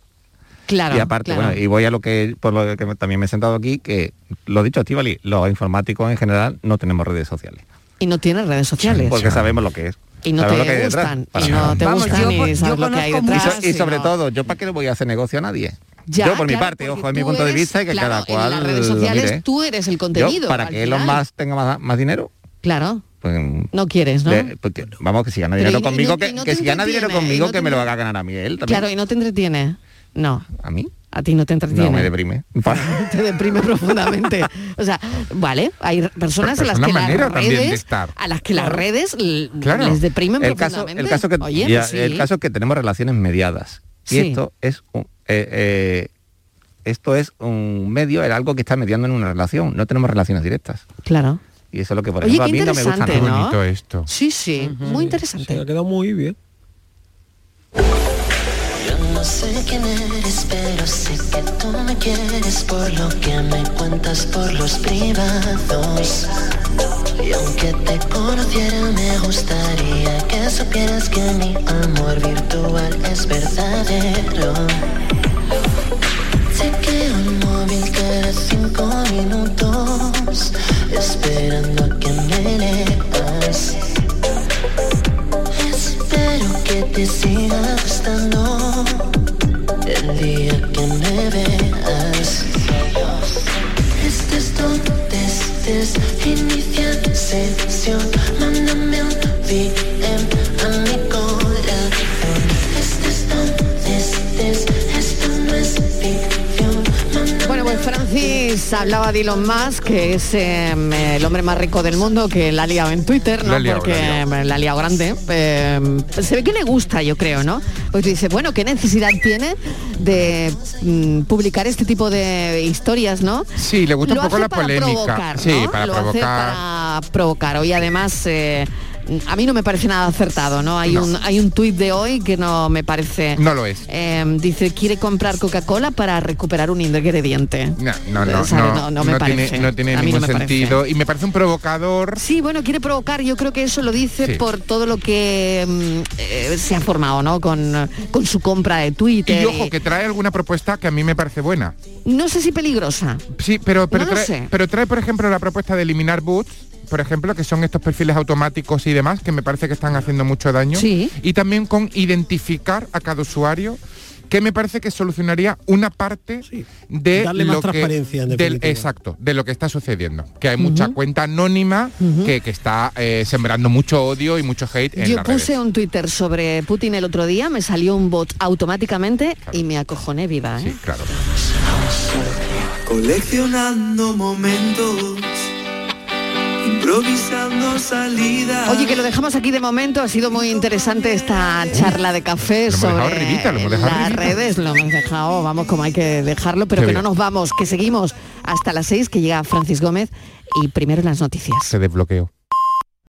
[SPEAKER 6] Claro.
[SPEAKER 4] y aparte,
[SPEAKER 6] claro.
[SPEAKER 4] bueno, y voy a lo que por lo que también me he sentado aquí, que lo dicho, Estivali, los informáticos en general no tenemos redes sociales.
[SPEAKER 6] Y no tienes redes sociales.
[SPEAKER 4] Porque sabemos lo que es.
[SPEAKER 6] Y no
[SPEAKER 4] Sabemos
[SPEAKER 6] te
[SPEAKER 4] hay detrás.
[SPEAKER 6] gustan, y
[SPEAKER 4] Para
[SPEAKER 6] no
[SPEAKER 4] nada.
[SPEAKER 6] te Vamos, gustan yo ni por- sabes yo lo que hay conozco detrás,
[SPEAKER 4] Y, so- y
[SPEAKER 6] sino-
[SPEAKER 4] sobre todo, ¿yo para qué le voy a hacer negocio a nadie?
[SPEAKER 6] Ya,
[SPEAKER 4] yo por mi
[SPEAKER 6] claro,
[SPEAKER 4] parte,
[SPEAKER 6] porque
[SPEAKER 4] ojo, es mi
[SPEAKER 6] tú
[SPEAKER 4] punto de
[SPEAKER 6] eres-
[SPEAKER 4] vista y que
[SPEAKER 6] claro,
[SPEAKER 4] cada cual
[SPEAKER 6] En las redes
[SPEAKER 4] lo
[SPEAKER 6] sociales
[SPEAKER 4] mire.
[SPEAKER 6] tú eres el
[SPEAKER 4] Yo,
[SPEAKER 6] contenido.
[SPEAKER 4] para
[SPEAKER 6] al
[SPEAKER 4] que los
[SPEAKER 6] final.
[SPEAKER 4] más tenga más, más dinero,
[SPEAKER 6] Claro,
[SPEAKER 4] pues,
[SPEAKER 6] no quieres, ¿no?
[SPEAKER 4] le- porque, vamos, que si gana
[SPEAKER 6] Pero
[SPEAKER 4] dinero
[SPEAKER 6] y no-
[SPEAKER 4] conmigo,
[SPEAKER 6] y
[SPEAKER 4] que,
[SPEAKER 6] no
[SPEAKER 4] que
[SPEAKER 6] te
[SPEAKER 4] si gana dinero
[SPEAKER 6] entretiene, y
[SPEAKER 4] conmigo,
[SPEAKER 6] no
[SPEAKER 4] que
[SPEAKER 6] te
[SPEAKER 4] me lo haga ganar a mí él también.
[SPEAKER 6] Claro, y no te entretiene. No.
[SPEAKER 4] ¿A mí?
[SPEAKER 6] A ti no te entretiene.
[SPEAKER 4] No, me deprime.
[SPEAKER 6] Te deprime profundamente. O sea, vale, hay personas a
[SPEAKER 4] Pero
[SPEAKER 6] las
[SPEAKER 4] es una
[SPEAKER 6] que las
[SPEAKER 4] manera también de
[SPEAKER 6] redes,
[SPEAKER 4] estar.
[SPEAKER 6] a las que las redes l-
[SPEAKER 4] Claro.
[SPEAKER 6] les deprimen
[SPEAKER 4] el caso,
[SPEAKER 6] profundamente.
[SPEAKER 4] el caso que
[SPEAKER 6] Oye, pues
[SPEAKER 4] ya,
[SPEAKER 6] sí.
[SPEAKER 4] el caso que tenemos relaciones mediadas y
[SPEAKER 6] Sí.
[SPEAKER 4] esto es un, eh, eh, esto es un medio era algo que está mediando en una relación no tenemos relaciones directas
[SPEAKER 6] Claro.
[SPEAKER 4] y eso es lo que por
[SPEAKER 6] Oye, qué
[SPEAKER 4] ejemplo a mí no me gusta
[SPEAKER 6] interesante,
[SPEAKER 4] nada.
[SPEAKER 6] ¿no? Qué bonito esto. Sí, sí, muy interesante.
[SPEAKER 8] Ha quedado muy bien.
[SPEAKER 5] Yo no sé quién eres, pero sé que tú me quieres por lo que me cuentas por los privados. Y aunque te conociera, me gustaría que supieras que mi amor virtual es verdadero. Sé que un móvil cada cinco minutos, esperando a que me leas. Espero que te siga gustando el día que me veas. Estés donde estés, inicia sesión, mándame un DM a mi corazón. Estés donde estés, esto no es ficción,
[SPEAKER 6] Bueno, pues Francis hablaba de Elon Musk, que es eh, el hombre más rico del mundo, que la ha liado en Twitter, ¿no?
[SPEAKER 5] La ha liado,
[SPEAKER 6] Porque
[SPEAKER 5] la ha
[SPEAKER 6] eh, la ha liado grande. Eh, se ve que le gusta, yo creo, ¿no? Pues dice, bueno, ¿qué necesidad tiene de mm, publicar este tipo de historias, no?
[SPEAKER 7] Sí, le gusta
[SPEAKER 6] Lo
[SPEAKER 7] un poco
[SPEAKER 6] hace
[SPEAKER 7] la
[SPEAKER 6] para
[SPEAKER 7] polémica.
[SPEAKER 6] provocar,
[SPEAKER 7] sí,
[SPEAKER 6] ¿no?
[SPEAKER 7] para
[SPEAKER 6] Lo hace
[SPEAKER 7] provocar.
[SPEAKER 6] para provocar. Hoy además... eh, a mí no me parece nada acertado, ¿no? Hay
[SPEAKER 7] No.
[SPEAKER 6] un hay un tuit de hoy que no me parece.
[SPEAKER 7] No lo es.
[SPEAKER 6] Eh, dice quiere comprar Coca-Cola para recuperar un ingrediente.
[SPEAKER 7] No, no, no,
[SPEAKER 6] O sea,
[SPEAKER 7] no,
[SPEAKER 6] no, no me
[SPEAKER 7] no
[SPEAKER 6] parece.
[SPEAKER 7] tiene, no tiene
[SPEAKER 6] A mí
[SPEAKER 7] ningún
[SPEAKER 6] no me parece.
[SPEAKER 7] sentido. Y me parece un provocador.
[SPEAKER 6] Sí, bueno, quiere provocar, yo creo que eso lo dice
[SPEAKER 7] Sí.
[SPEAKER 6] por todo lo que mm, eh, se ha formado, ¿no? Con, eh, con su compra de Twitter.
[SPEAKER 7] Y
[SPEAKER 6] y-
[SPEAKER 7] ojo, que trae alguna propuesta que a mí me parece buena.
[SPEAKER 6] No sé si peligrosa.
[SPEAKER 7] Sí, pero, pero,
[SPEAKER 6] No lo sé.
[SPEAKER 7] trae, pero trae, por ejemplo, la propuesta de eliminar bots, por ejemplo, que son estos perfiles automáticos y demás, que me parece que están haciendo mucho daño. Y también con identificar a cada usuario que me parece que solucionaría una parte de
[SPEAKER 8] Darle más
[SPEAKER 7] lo que
[SPEAKER 8] transparencia, en
[SPEAKER 7] del,
[SPEAKER 8] definitiva.
[SPEAKER 7] exacto de lo que está sucediendo que hay mucha cuenta anónima que, que está eh, sembrando mucho odio y mucho hate en
[SPEAKER 6] Yo
[SPEAKER 7] las redes.
[SPEAKER 6] puse un Twitter sobre Putin el otro día, me salió un bot automáticamente y me acojoné viva. ¿eh?
[SPEAKER 7] claro.
[SPEAKER 1] Coleccionando momentos, improvisando salidas.
[SPEAKER 6] Oye, que lo dejamos aquí de momento. Ha sido muy interesante esta charla de café
[SPEAKER 7] hemos dejado
[SPEAKER 6] sobre
[SPEAKER 7] arribita, lo hemos dejado
[SPEAKER 6] las
[SPEAKER 7] arribita.
[SPEAKER 6] redes. Lo hemos dejado, vamos, como hay que dejarlo, pero
[SPEAKER 7] Qué
[SPEAKER 6] que
[SPEAKER 7] bien.
[SPEAKER 6] no nos vamos, que seguimos hasta las seis, que llega Francis Gómez y primero las noticias.
[SPEAKER 7] se desbloqueó